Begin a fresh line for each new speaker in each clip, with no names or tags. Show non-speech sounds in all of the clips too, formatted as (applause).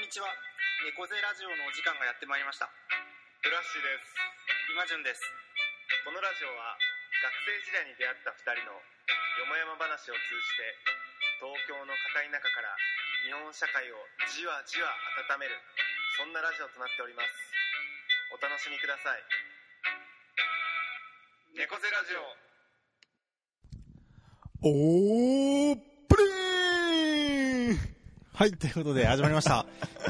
にちは猫背ラジオのお時間がやってまいりました
フラッシュです
今順です
このラジオは学生時代に出会った2人のよもやま話を通じて東京の片田舎から日本社会をじわじわ温めるそんなラジオとなっておりますお楽しみください猫背ラジオ
おープリンはい、ということで始まりま (laughs) した。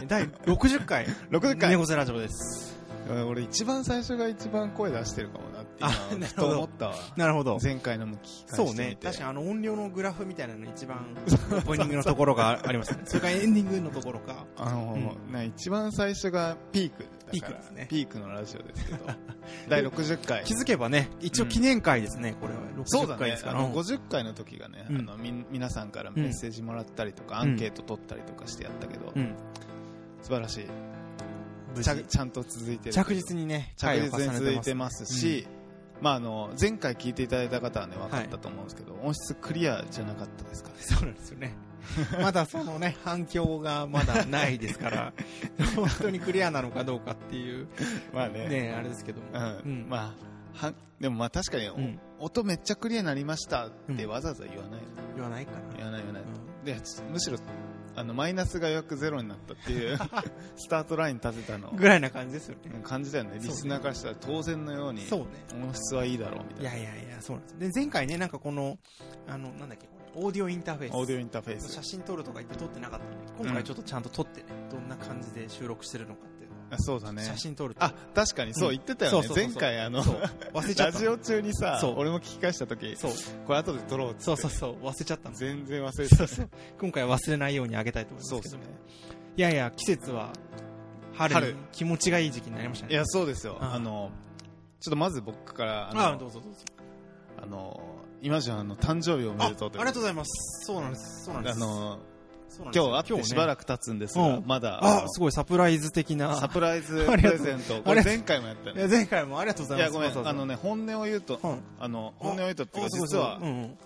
第60回。
60回
猫背ラジオです。
俺一番最初が一番声出してるかもなって
あ
今
な
ふ
るほど
と思ったわ
なるほど。
前回のも聞き返
そう
してみ
ね。
て
確かにあの音量のグラフみたいなの一 (laughs) 番、オープニングのところがありますね。 (laughs) それからエンディングのところか。
あの、な一番最初がピーク
ピ
だ
ーク
から
ですね
ピークのラジオです
(laughs)
けど第60回
気づけばね、一応記念会ですね、これは。
そう
60
だ
回で
ね
すか
あ
ら。
の50回の時がね、
うん
あのみ皆さんからメッセージもらったりとか、
うん
アンケート取ったりとかしてやったけど、
うん。
素晴らしい
無
ち
事
ゃちゃんと続いてる
着実にね、
着
回を
実に続いて
重ね
ますし、まあ、あの前回聞いていただいた方はね分かっ
は
たと思うんですけど、音質クリアじゃなかったですかね
す。そうなんですよね。まだそのね、反響がまだないです (laughs) から、本当にクリアなのかどうかっていう、
まあね
ね、あれですけども。
うん
うん
まあはでもまあ確かに、
うん
音めっちゃクリアになりましたって
うん
わざわざ言わない、
言わないかな。
言わない言わない、
う
でちむしろあのマイナスが予約ゼロになったっ
(laughs)
ていうスタートライン立てたの
んぐらいな感じですよね。
感じだよね
そうね
リスナーからしたら当然のように
そうね。
音質はいいだろうみたい
い
な
やいやいや、そうなんです。で、前回ね、なんかこの、あの、なんだっけ、これオーディオインターフェース。
オーディオインターフェース
写真撮るとか言って撮ってなかったので、今回ちょっとちゃんと撮ってね、どんな感じで収録してるのかっていうの
あそうだ
を、
ね
写真撮ると。
あ確かにそう言ってたよね、
そうそうそう
前回あの
そう、忘れちゃ
ラ
った
ジ
の。
オ中にさ
そう
俺も聞き返した時
そう、
これ後で撮ろうっつって
そうそうそう、忘れちゃったの。
全然忘れて
そ
た
うそう。今回忘れないようにあげたいと思います
そう
け
で
ど
す
も
ね
いやいや、季節は、春
春
に気持ちがいい時期になりましたね。
いや、そうですよ。
うん
あの、ちょっとまず僕から、あの、
あ、どうぞどうぞ。
あの今じゃんあの、誕生日お
あ、あ
め
り
でとう
がと
という
ございます。そうなんです。そうなんです。
あの、
そうなんです
今
よ、
日会ってしば
く
らく経つんですが、
うん
まだ、
あ
の
すごいサプライズ的な。
サプライズ
あ
プ
りがと
レ
う
ゼント、
あ
こ
りが
れ
とう
前回もやったよ
いや
ね。
前回もありがとうござ
い
いま
や、
す。
ごめ
わざわ
ん、
ざ
あの、ね、本音を言うと、
うん
あの、
あ
本音を言うとっていう
あ
か、
そうそうそ
実
う
は
う、んうん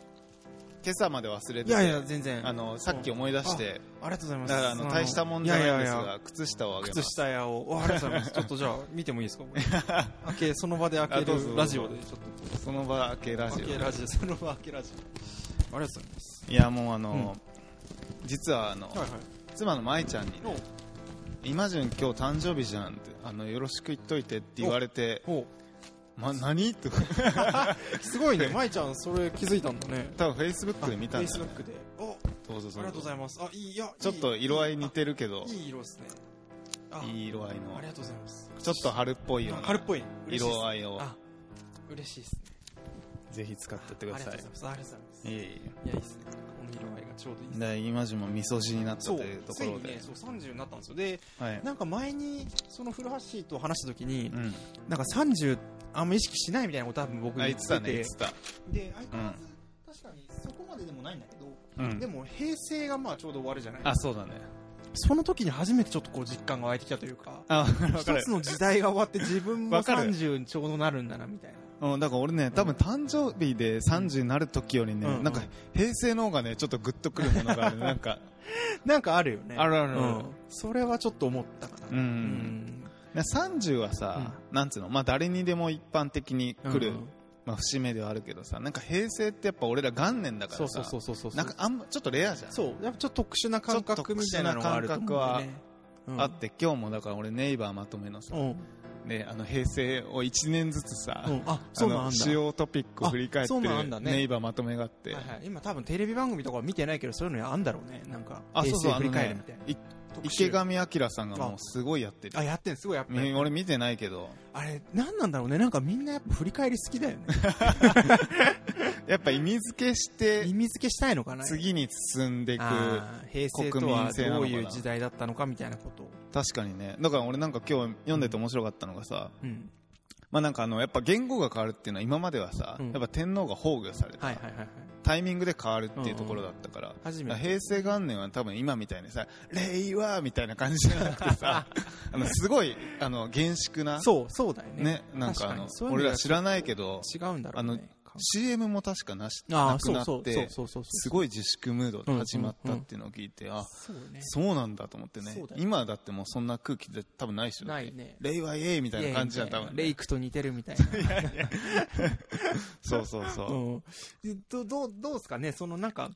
今朝まで忘れて
い
て、
やいや、全然。
あ
あ
の、さっき思い出して、
りがとうございま
だ
す。
から、あの、大したもんじゃないんです
ややや
が、靴下をあげま
靴
す。
下屋を。あありがとうござい
(laughs)
ます。ちょっとじゃあ、見てもいいですかこれ開け、その場で開け
あどうぞどう
る
ぞ
ラジオで、ちょっと。
その場明けラジ
開け
オ。
ラジオ、その場開けラジオ。ありがとうございます。
いや、もうあの、実はあの、
はいはい。
妻の舞ちゃんにね
おう
今順今日誕生日じゃんってあのよろしく言っといてって言われて
お
ま何と
すごいね。舞ちゃん、それ気づいたんだ
(laughs)
ね。
(laughs) 多分フェイスブックで見たんだ
Facebook で。お、あ
どうぞどうぞ
りがとうございます。あ、いい、いや、いい
ちょっと色合い似てるけど
いい色ですね。あ、
いい色合い
あ
の
りがとうございます。
ちょっと春っぽいよう
春っ
な
ぽい。嬉しいっす
色合いを
あ、嬉しいですね。
ぜひ使ってってくださ
あ
い
りがとうございます。ありがとうございます。
いえい
いや、いいですね。この色合いがちょうどいいです
え
ね。
で今順も味噌汁になった
そ
と
う
いう、と
つ
こ
い
ろ
にね
で、
そう30になったんですよ。で、
はい
なんか前に、その古橋と話した時に
う、ん
なんか30、あんま意識しないみたいなこと多分僕
あ
言
言
っ
ってた
て
ね
て
言っ、てた
で、相変わらず、確かにそこまででもないんだけど、
うん
でも平成がまあちょうど終わるじゃない
あそうだね
その時に初めてちょっとこう実感が湧いてきたというか、
あ分か
一
る
つの時代が終わって自分も
わかる
30にちょうどなるんだなみたいな。
うん、だから俺ね、多分誕生日で30になる時よりね、
うん
なんか平成の方がね、ちょっとグッとくるものがある、
(laughs)
なんか、
なんかあるよね。
あるあるある
うんそれはちょっと思ったかな。
うんね30はさ、なんつうの、まあ、誰にでも一般的に来る、
うん
まあ、節目ではあるけどさなんか平成ってやっぱ俺ら元年だから
そ
さ
うそうそうそうそう。
なんかあんまちょっとレアじゃん、
そう、やっぱちょっと特殊な感
ちょっと
覚
特
みたい
殊
な
な
のがあると思うんだよね。
あって今日もだから俺ネイバーまとめのさ、
うん。
ね、あの平成を1年ずつさ、
うん。うん。あ、そうなん
あ
だ。
の主要トピックを振り返って
あそう
る
なんだね
ネイバーまとめがあって、
はいはい今多分テレビ番組とかは見てないけど、そういうのあんだろうね。なんか、
あそうそ
平
う
成
あ
振り
の
返るみ
ね
たいな。
い
特集
池上彰さんがもうすごいやってる
あ、やってんすごい、やっぱ
み
り。
俺見てないけど
あれ、なんなんだろうね。なんかみんなやっぱ振り返り好きだよ
(laughs)
ね。
やっぱ意味付けして
意味付けしたいのかな。
次に進んでいく
あー平成と
国
は
民性なの
ど
か
う
な
いう時代だったのかみたいなことを、
確かにねだから俺なんか今日読んでて面白かったのがさ、
うん、
まあなんかあのやっぱ言語が変わるっていうのは今まではさ、
うん
やっぱ天皇が崩御された、
はいはいはいはい
タイミングで変わるっていうところだったから,、
初めて
平成元年は多分今みたいにさ令和みたいな感じじゃなく
(laughs)
てさあのすごいあの厳粛な
そうそうだよね
ねなんか
確
あ
か
の
にそういう意味
俺
では
ら知らないけど
違うんだろ
あ
うね
の
か
CM も確かなし
あ
な
あ
く
そ
な
うそ
っ
うそう
て
そうそう
す
い
ごい自粛ムードで始まったっていうのを聞いて、あ
そうね
そうなんだと思ってね
そうだよ
今だってもうそんな空気で多分ないでしょ
ないね
令和イエーイみたいな感じじゃん
いや
多
いや
分
レイクと似てるみたいな
そうそう (laughs) そう、
うん、どどうどうですかね、そのなんか、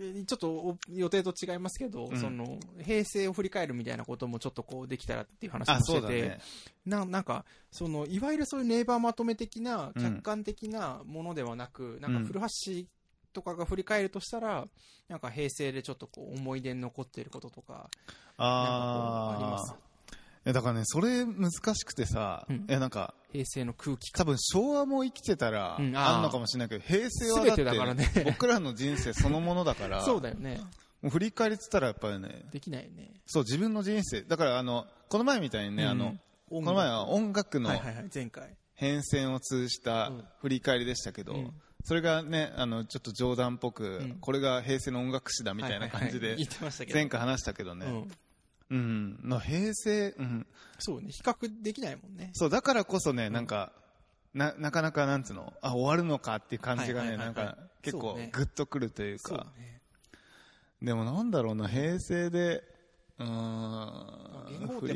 えちょっとお予定と違いますけど、
うん
その平成を振り返るみたいなこともちょっとこうできたらっていう話も
あ
し
そ
て
うだ
て、
ね
ななんかそのいわゆるそういうネイバーまとめ的な
うん
客観的なものではなく、なんか古橋とかが振り返るとしたら、なんか平成でちょっとこう思い出に残っていることとか、なんかこうありま
あ
す
あだからねそれ難しくてさ、
うん
えなんか
平成の空気感。
多分昭和も生きてたら、
うんあー
あんのかもしれないけど平成はだ
全
って
だから (laughs) ね。
僕らの人生そのものだから
そうだよね。
もう振り返りつったらやっぱりね
できないよね。
そう自分の人生だからあのこの前みたいにね、
うん
あのこ
音
の
楽
前は音楽の
はいはいはい、前回。
変遷を通じた
うん
振り返りでしたけど、
うん
それがねあのちょっと冗談っぽく、
うん
これが平成の音楽史だみたいな感じ
は
で
はは言ってましたけど。
前回話したけどね、
うん、
うん、の平成、うん、
そうね、比較できないもんね。
そうだからこそね、なんか、ななかなかなんつうの、あ終わるのかっていう感じが
はい
ね、
はいは
なん
いはい
か結
そう
構
ね
グッとくるという
そう
か、
ね。
でもなんだろうな、平成で、う
言語ってやっぱ不
ーん、振り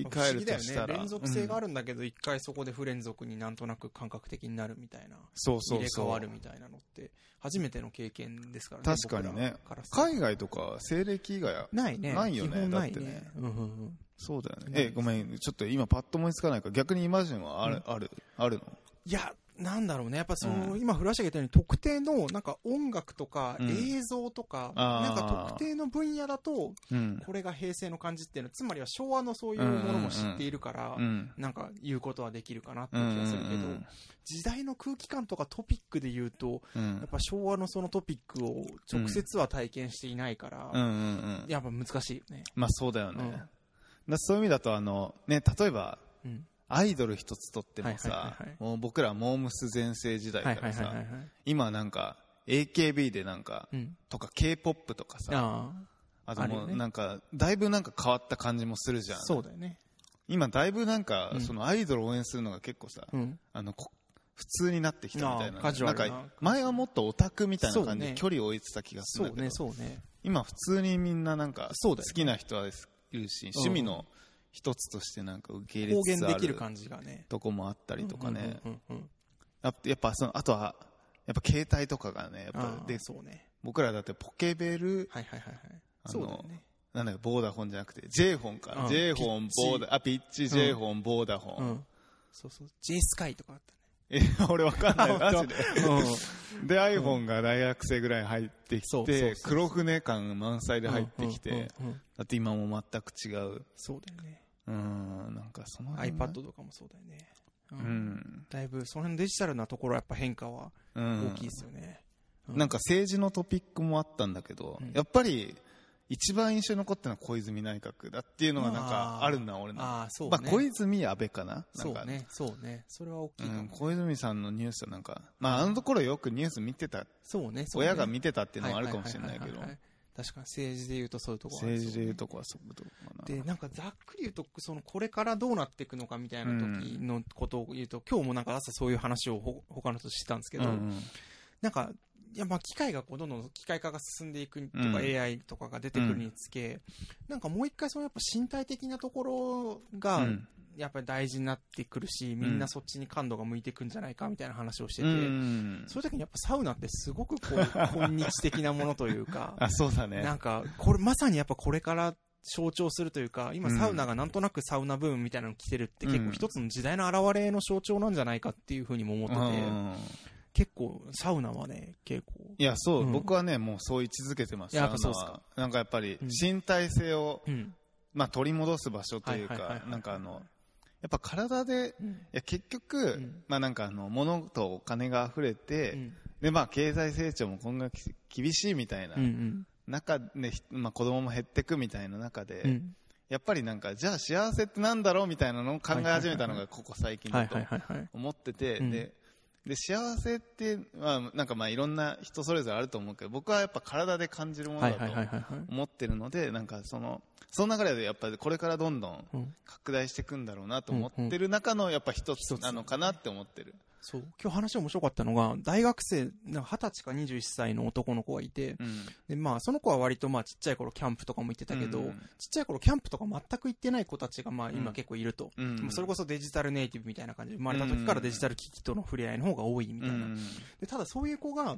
思
返る
議だ
と
よ
した
ね。
ら、
連続性があ
る、
るんだけど、一、回そこで不連続になんとなく感覚的になるみたいな。
そうそ
入
う
れ替
そ
わ
う
る。みたいなのって、初めての経験ですからね。
確かにね
僕らからすると
海外とか西暦以外は
ないね。
ないよね
基本ないね。
だってね
うんうんうん
そうだよね
ない
えごめんちょっと今パッと思いつかないから逆にイマジンはある、あるあるの
いや、なんだろうね。やっぱその、
う
今、古橋が言ったように、特定の、なんか音楽とか、
うん
映像とか、
あー
なんか特定の分野だと、
うん
これが平成の感じっていうのは、つまりは昭和のそういうものも知っているから、
うん
なんか言うことはできるかなって
う
い
ん
う
う
気
ん
がするけど、時代の空気感とかトピックで言うと、
うんうん
やっぱ昭和のそのトピックを直接は体験していないから、
うんうんうん
やっぱ難しいよね。
まあそうだよね、
うん
だからそういう意味だとあの、ね、例えば
うん。
アイドル一つとっても
はいはい
さ
はいはい
もう僕らモームス全盛時代
は
か
いは
ら
いはいは
さ
いはい。
今なんか AKB でなんか、
うん。
とか k p o p とかさ
あ
あと
あ
も
る
う
よね
なんかだいぶなんか変わった感じもするじゃ
あ、
ん
そうだよね。
今だいぶなんか、
うん
そのアイドルを応援するのが結構さ、
うん。
あのこ普通になってきたみたい
あ
な
ーカジュア
なん
ルな
か前はもっとオタクみたいな
そう
感じ
ね
で距離を置いてた気がす
そ
るん
う
だけど、
ね、そうね。
今普通にみんななんか
そう
好
だよね
きな人はいるし、趣味の一つとしてなんか受け入れ
公
つ
言
つ
で
あ
きる
る
感じがね。
とこもあったりとかね、
うんうんうんうん。
あやっぱそのあとはやっぱ携帯とかがねやっ
あ
ぱ
あ
で
そうね。
僕らだってポケベル
はいはいはいはい。
あの
そうだよね。
なんだかボーダフォンじゃなくて J フォン
う
か
ん
J フォン
ピッチ
ボーダあピッチ J フォンボーダフォ
う
ン、
ん。そうそう。J スカイとかあったね。
(laughs) え俺わか
(laughs)
んないマジで
うん。
で iPhone が大学生ぐらい入って
そうそうそう
きて
そう
黒船感満載で入ってき
うんうん
て
うんうん
だって今も全く違う
そうだよね。
うんなんかその辺ね
iPad とかもそうだよね。う
う。ん
だいぶ、その辺のデジタルなところはやっぱ変化は
う
大
ん
きいですよね。
なんか政治のトピックもあったんだけど
うん
やっぱり一番印象に残ったのは小泉内閣だっていうのがなん
ま
か
あ
あるな俺の
ああ、そうね。
まあ小泉安倍かななん
そ
か
うね、そうね。それは大き
う
いかも。
ん小泉さんのニュースはなんかまああのところよくニュース見てた
そうね、そうね
親が見
て
てたっていうのもあるかもしれないけど
確かに政治で言うとそういうところ
政治でいうとこはそういうとこかな
で、なんかざっくり言うと、そのこれからどうなっていくのかみたいな時のことを言うと、今日もなんか朝そういう話をほ他の人としてたんですけど、
うんうん
なんか、いやまあ機械がこうどんどん機械化が進んでいくとか、
うん
AI とかが出てくるにつけ、なんかもう一回そのやっぱ身体的なところが
うん
やっぱり大事になってくるし、みんなそっちに感度が向いていくんじゃないかみたいな話をしてて、
うん
そういう時にやっぱサウナってすごくこう、
(laughs)
今日的なものというか、
あそうだ
な
ね
んか、これまさにやっぱこれから象徴するというか、今
うん
サウナがなんとなくサウナブームみたいなの来てるって結
う
構
ん
一つの時代の表れの象徴なんじゃないかっていうふうにも思ってて、
うん
結構サウナはね、結構。
いやそう、
うん
僕はねもうそう位置づけてます
やっぱそうっすか
サウナはなんかやっぱり
うん
身体性を、
うん。
まあ、取り戻す場所という
はいはいはい
か
はい
なんかあのやっぱ体で
うん。
いや結局、
ん
まあなんかあの物とお金が溢れて、
うん。
でまあ経済成長も今後き厳しいみたいな
うん。
中で、ひまあ、子供も減ってくみたいな中で、
うん。
やっぱりなんかじゃあ幸せってなんだろうみたいなのを考え始めたの
はいはいはいは
がここ最近
は
だ
い
と
はいはいはい。
思ってて、
うん
でで幸せって、まあ、なんかまあいろんな人それぞれあると思うけど僕はやっぱ体で感じるもの
は
だ
いはいはい
と
はい。
思ってるのでなんかそのその流れでやっぱりこれからどんどん
うん
拡大していくんだろうなと思ってる中のやっぱ一つなのかなって思ってる、
そう今日話面白かったのが大学生なんか20歳か21歳の男の子がいて
うん
で、まあ、その子は割とまあちっちゃい頃キャンプとかも行ってたけど、
うん
ちっちゃい頃キャンプとか全く行ってない子たちがまあ
う
今
ん
結構いると、
うん
まあそれこそデジタルネイティブみたいな感じで生まれた時からデジタル機器との触れ合いの方が多いみたいな、
うん
でただそういう子が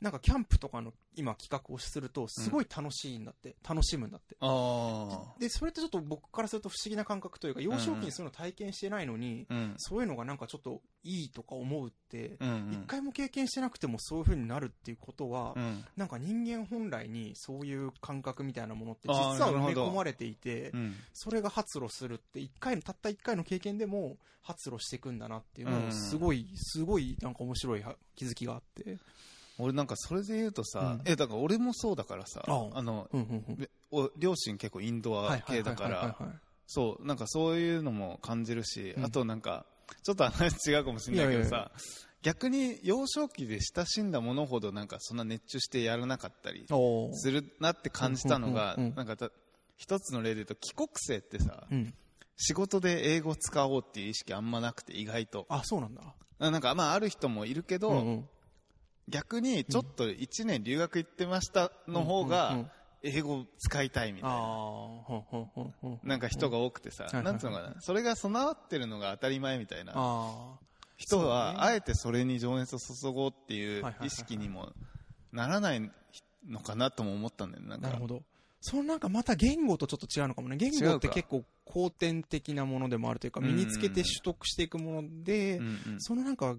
なんかキャンプとかの今企画をするとすごい楽しいんだって、楽しむんだって
あ
でそれってちょっと僕からすると不思議な感覚というか幼少期にそういうの体験してないのに、
あうん
そういうのがなんかちょっといいとか思うって
う、ん
一回も経験してなくてもそういう風になるっていうことは、
うん
なんか人間本来にそういう感覚みたいなものって実
あー
は埋
な
め
るほど
込まれていて
う、ん
それが発露するって、一回の、たった一回の経験でも発露していくんだなっていうの
う
を、
ん
すごい、すごいなんか面白いは気づきがあって。
俺なんかそれで言うとさ
うん
えだから俺もそうだからさ
あ
あの
うんうんうん。
お両親結構インドア系だから
はいはいはいはいはい
そうなんかそういうのも感じるし、
うん
あとなんかちょっと話違うかもしれないけどさ
いやいやい
逆に幼少期で親しんだものほどなんかそんな熱中してやらなかったり
おー
するなって感じたのが、
うんうんうんうん
なんかた一つの例で言うと帰国生ってさ、
うん。
仕事で英語使おうっていう意識あんまなくて意外と
あ、そうなんだ。
あなんかまあある人もいるけど、
うんうん
逆にちょっと1年留学行ってましたの方が、
うんうんうん
英語使いたいみたい
あ
な。
ーほんほんほんほん
なんか人が多くてさ、
うん
なんつうのかな、それが備わってるのが当たり前みたいな
あ
人
そう
は、
ね
あえてそれに情熱を注ごうってい
はい
う
はいはいはい
意識にもならないのかなとも思ったんだよね、なん
あ、
か。
なるほど。そのなんかまた言語とちょっと違うのかもね。言語って
違うか
結構後天的なものでもあるというか、身につけて取得していくもので、
うんうん
そのなんか、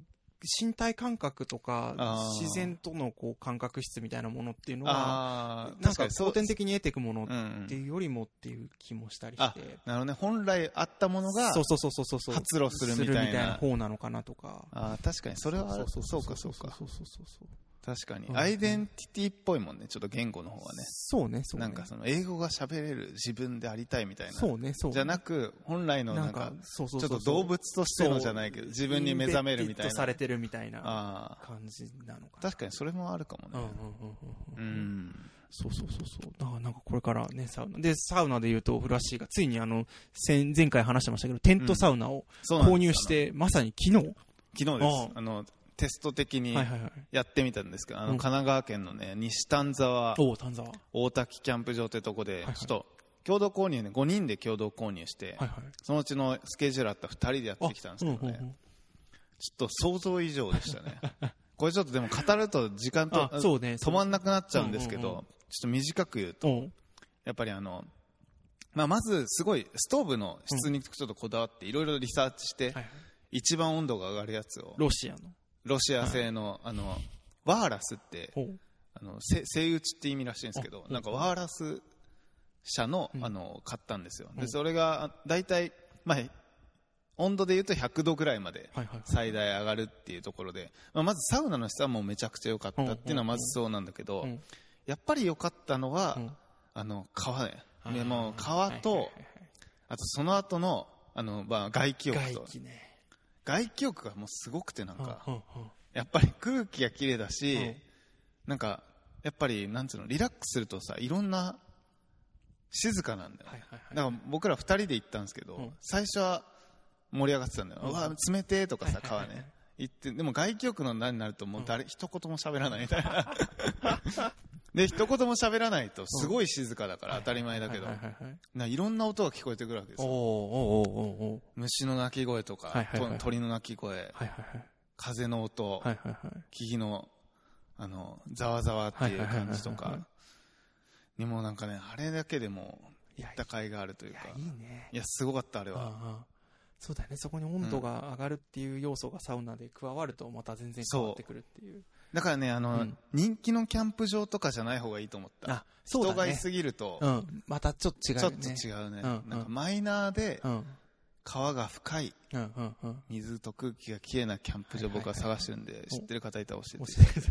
身体感覚とか
あー、
自然とのこう感覚質みたいなものっていうのは、
ああ、
なん
確
か
かにそう。
後天的に得ていくもの
うんうん
っていうよりもっていう気もしたりして。
なるほどね、本来あったものが
そう、そうそうそうそう。
発露するみたいな
方なのかなとか。
ああ、確かに、それはある、そうか、そうか。
そうそうそうそう。
確かに
う。ん
アイデンティティっぽいもんね、ちょっと言語の方はね。
そうね、そうね。
なんかその、英語が喋れる自分でありたいみたいな。
そうね、そうね。
じゃなく、本来の
な
なん
ん
か
か、、そうそう
ちょ
そ
っ
うそ
と
う。
動物としてのじゃないけど、自分に目覚めるみたい
インベッドさ
な。
れてるみたいな
ああ
感じなのかな。
確かにそれもあるかも
うんうん
ね。う
うんうんうん。
ん。
そうそうそうそう。だからなんかこれからね、サウナ。で、サウナで言うと、フラッシーがついにあの、先前回話してましたけど、テントサウナを
そうなんです
購入し。て、まさに昨日。
あの昨日です
う。ん
あの、テスト的に
はいはいはい。
やってみたんですけど、あの、
うん
神奈川県のね、西丹沢
おお、丹沢。は
大滝キャンプ場ってとこで
いは、い
ちょっと、共同購入ね、5人で共同購入し
い
て
はい、。
そのうちのスケジュールあった2人でやってきたんですけど
うんうんう
ね、
ん
ちょっと想像以上でした
(laughs)
ね。これちょっとでも語ると時間と
あ、そうね。
止まんなくなっちゃうんですけ
うんうんう
ど、ちょっと短く言うと、
そううん。
やっぱりあの、まあ、まずすごいストーブの質にちょっとこだわっていろいろリサーチして
はいはい
一番温度が上がるやつを
ロシアの。
ロシア製のあのワーラスって
ほう。
あのせセイウチって意味らしいんですけど
あ
なんかワーラス社の
うん
あの買ったんですよ
う
で
ん
それが大体まあ温度で言うと100度ぐらいまで
はいはい。
最大上がるっていうところで、まあ、まずサウナの質はもうめちゃくちゃ良かったっていうのはまずそうなんだけど
うん
やっぱり良かったのは
うん
あの川ね
あー
でもう川と、
はいはいはいはい
あとその後の、あの、まあ、外気浴
外。
と
気ね。
外気浴がもうすごくてなんか、
うんうんうん
やっぱり空気が綺麗だし、
うん
なんか、やっぱり、なんつうの、リラックスするとさ、いろんな、静かなんだよ
は
ね。
いはいはい。
だから僕ら二人で行ったんですけど、
うん
最初は盛り上がってたんだよ。
うん
うわ、冷てえとかさ、
はいはいは
川
い
ね。行って、でも外気浴の何になるともう誰、一言も喋らないみたいな。
(laughs)
で、一言も喋らないと、すごい静かだから、当たり前だけど、
はいいはいはいはい
ないろんな音が聞こえてくるわけです
お
よ
ーおーおーおーおー
虫の鳴き声とか、
はいはいはい
と鳥の鳴き声、
はいはいはい。
風の音、
はいはいはい。
木々の、あの、ざわざわっていう感じと
はいはいはいはい
か
は、
にもなんかね、あれだけでも、
いや
行った甲斐があるとい
いうや
か、
いいね。
いや、すごかった、あれ
あ
は。
あそうだよね、そこに温度が上がるっていう要素がサウナで加わると、また全然変わってくるっていう。
だからね、あの、
うん
人気のキャンプ場とかじゃない方がいいと思った。
あ、そうだ
人がい
ね。
すぎると、
うん、またちょっと違う
ちょ
よ
っと
ね。
違うね。
うんうん
なんかマイナーで、
うん、
川が深い、
うん、うん、うん。
水と空気が綺麗なキャンプ場
はいはい
僕
はい
は探してるんで、
お
知ってる方いたら教えて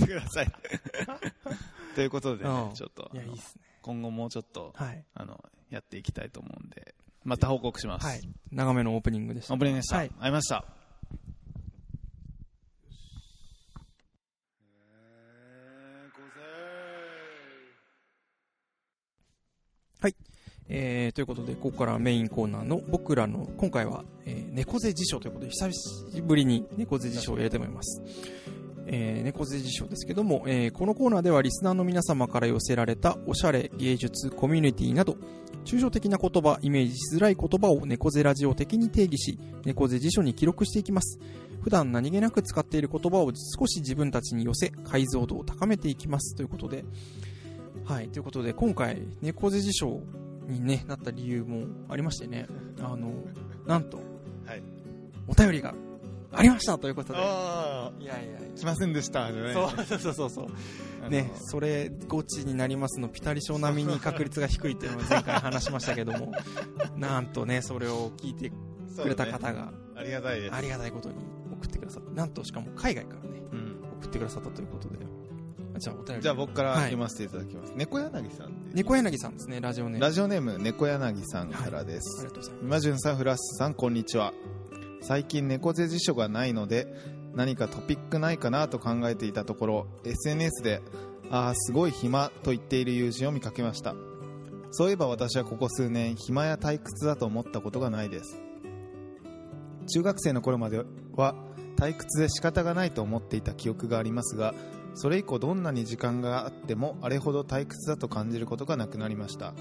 教
ください
えてくださ
教えてください。 (laughs) ということでね、
うん
ちょっと
い。いや、
あ
い
の
いっすね。
今後もうちょっと、
はい。
あのやっていきたいと思うんで、また報告します。
はい。長めのオープニングでした
オー。プニングでした。
はい
会いました。
えーということで、ここからメインコーナーの僕らの、今回は、えー猫背辞書ということで、久しぶりに猫背辞書をやりたいと思います。えー猫背辞書ですけども、えーこのコーナーではリスナーの皆様から寄せられたおしゃれ、芸術、コミュニティなど、抽象的な言葉、イメージしづらい言葉を猫背ラジオ的に定義し、猫背辞書に記録していきます。普段何気なく使っている言葉を少し自分たちに寄せ、解像度を高めていきます。ということで、はい、ということで、今回、猫背辞書に、ね、なった理由もありましてね、あの、なんと、
はい
お便りがありましたということで、
あ
いやいやいや
あ、来ませんでした。
そうそうそうそうそうねそれゴチになりますのピタリ賞並みに確率が低いっていうのを前回話しましたけども
(laughs)
なんとねそれを聞いて
そ
くれた方が
ありがたいです。
ありがたいことに送ってくださってなんとしかも海外からね
うん
送ってくださったということであじゃあお便り
じゃあ僕から読ませていただきます。猫柳さんっていう。
猫柳さんですねラジオネームあ
ラジオネーム猫柳さんからで
り
す
が。とうございます
今潤さんフラッシュさんこんにちは最近猫背辞書がないので何かトピックないかなと考えていたところ SNS で「ああすごい暇」と言っている友人を見かけましたそういえば私はここ数年暇や退屈だと思ったことがないです中学生の頃までは退屈で仕方がないと思っていた記憶がありますがそれ以降どんなに時間があってもあれほど退屈だと感じることがなくなりました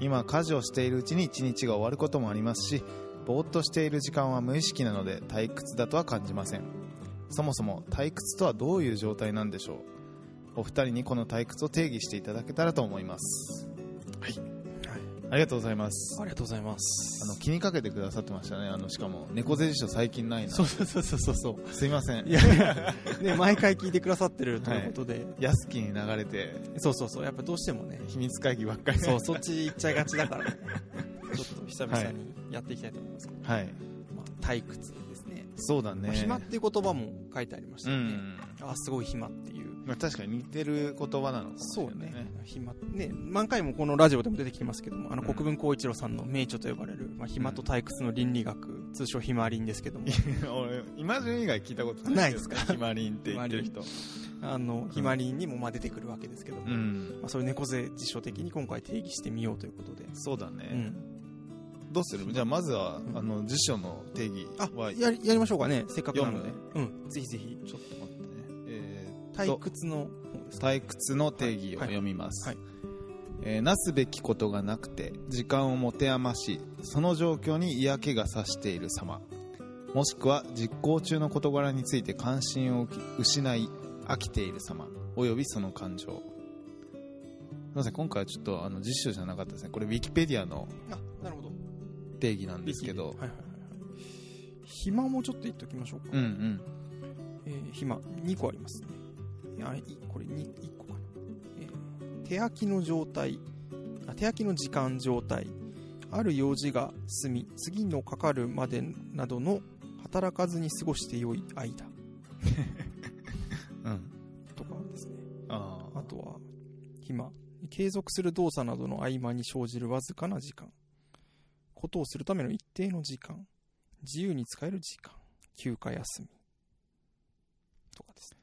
今家事をしているうちに一日が終わることもありますしぼーっとしている時間は無意識なので退屈だとは感じませんそもそも退屈とはどういう状態なんでしょうお二人にこの退屈を定義していただけたらと思いますはい、ありがとうございます
ありがとうございま
あの
す
気にかけてくださってましたねあのしかも猫背辞書最近ないな
そうそうそうそうそう
すいません
いやいや、ね、毎回聞いてくださってるということで、
安きに流れて
そうそうそうやっぱどうしてもね
秘密会議ばっかり
そう、そっち行っちゃいがちだからね。ちょっと久々にやっていきたいと思いますけど、
はい
まあ、退屈ですね。
そうだ
ま
ね
あ暇っていう言葉も書いてありました
う
よね。
ん、
あ、すごい暇っていう。
まあ、確かに似てる言葉なのかもし
そ
れな
う
い
ね。暇。ね、何回もこのラジオでも出てきてますけども、あの、
うん
国分光一郎さんの名著と呼ばれる、まあ、暇と退屈の倫理学、通称暇倫ですけども、
(laughs) 俺今順以外聞いたこと
な
ないい
ですか
ひまりんって言ってる人
あの、暇倫にもまあ出てくるわけですけども、
ん
まあ、それ猫背辞書的に今回定義してみようということで。
そうだ
う
ね、
ん。
どうするじゃあまずは、
うん
あの辞書の定義
あ
は、
やり、やりましょうかね。せっかくなので。
読
うん。ぜひぜひ。
ちょっと待ってね、えーっと
退屈の方ですか
退屈の定義を
はい
読みます、
はい
えーなすべきことがなくて時間を持て余しその状況に嫌気がさしている様もしくは実行中の事柄について関心を失い飽きている様およびその感情すみません今回はちょっとあの辞書じゃなかったですねこれウィキペディアの
あ、なるほど。
定義なんですけど
はいはいはいはい。暇もちょっと言っときましょうか。
うんうん
えー暇、2個ありますね。いや、いこれに1個かな。えー手空きの状態あ、手空きの時間状態、ある用事が済み、次のかかるまでなどの働かずに過ごしてよい間
うん
とかですね。
あ
あとは、暇。継続する動作などの合間に生じるわずかな時間。ことをするための一定の時間。自由に使える時間。休暇休み。とかですね。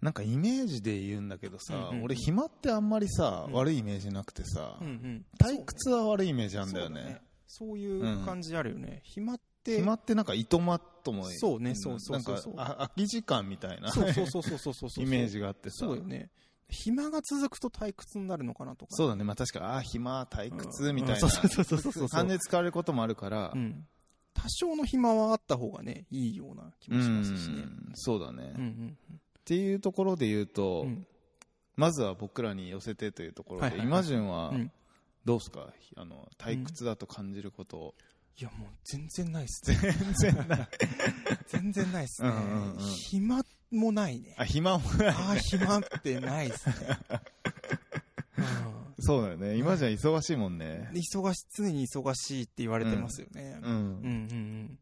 なんかイメージで言うんだけどさ、
うんうん
俺暇ってあんまりさ、
うん
悪いイメージなくてさ、
ん
退屈は悪いイメージなんだよね
そういう感じあるよね。暇って、
暇ってなんかいとまとも
そうねそうそうそうそう
なんかあ空き時間みたいな
そうそうそうそうそうそうそう。
(laughs) イメージがあってさ
そうよね。暇が続くと退屈になるのかなとか。
そう
う
だねまあ確かああ暇退屈
ん
みたい
うん
な
そうそうそうそうそう
感じで使われることもあるから
うん。多少の暇はあった方がね、いいような気
う
も
ん
しますしね。
そうだね、
うん
っ
うん
ていうところで言うと、
うんうん。
まずは僕らに寄せてというところで、
はいはいはい
今順は
うん
どうですかあの退屈だと感じることを、
いや、もう全然ないっすね。全然ない。 (laughs) 全然ないっすね。
うんうんうん
暇もないね。
あ暇もない
ああ、暇ってないっすね。うん
そうだよね今順は忙しいもんね
で忙し、常に忙しいって言われてますよね。
うん、
うん、うん、うん。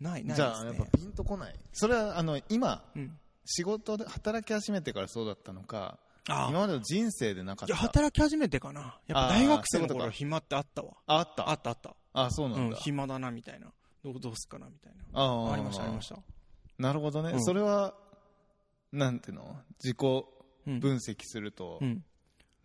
ない、ないっすね。
じゃあやっぱピンとこないそれはあの今
うん。
仕事で働き始めてからそうだったのか
ああ。
今までの人生でなかっ
いや、
た
働き始めてかな。やっぱ大学生の
あーそういうこと
頃
か
暇ってあったわ。
ああった
あったあった。
あそうな
うんん、
だ、
暇だな、みたいな。どう、どうすっかな、みたいな。
あー
ありました、ありました。
なるほどね、
うん
それはなんていうの自己
うん。
分析すると、
うん。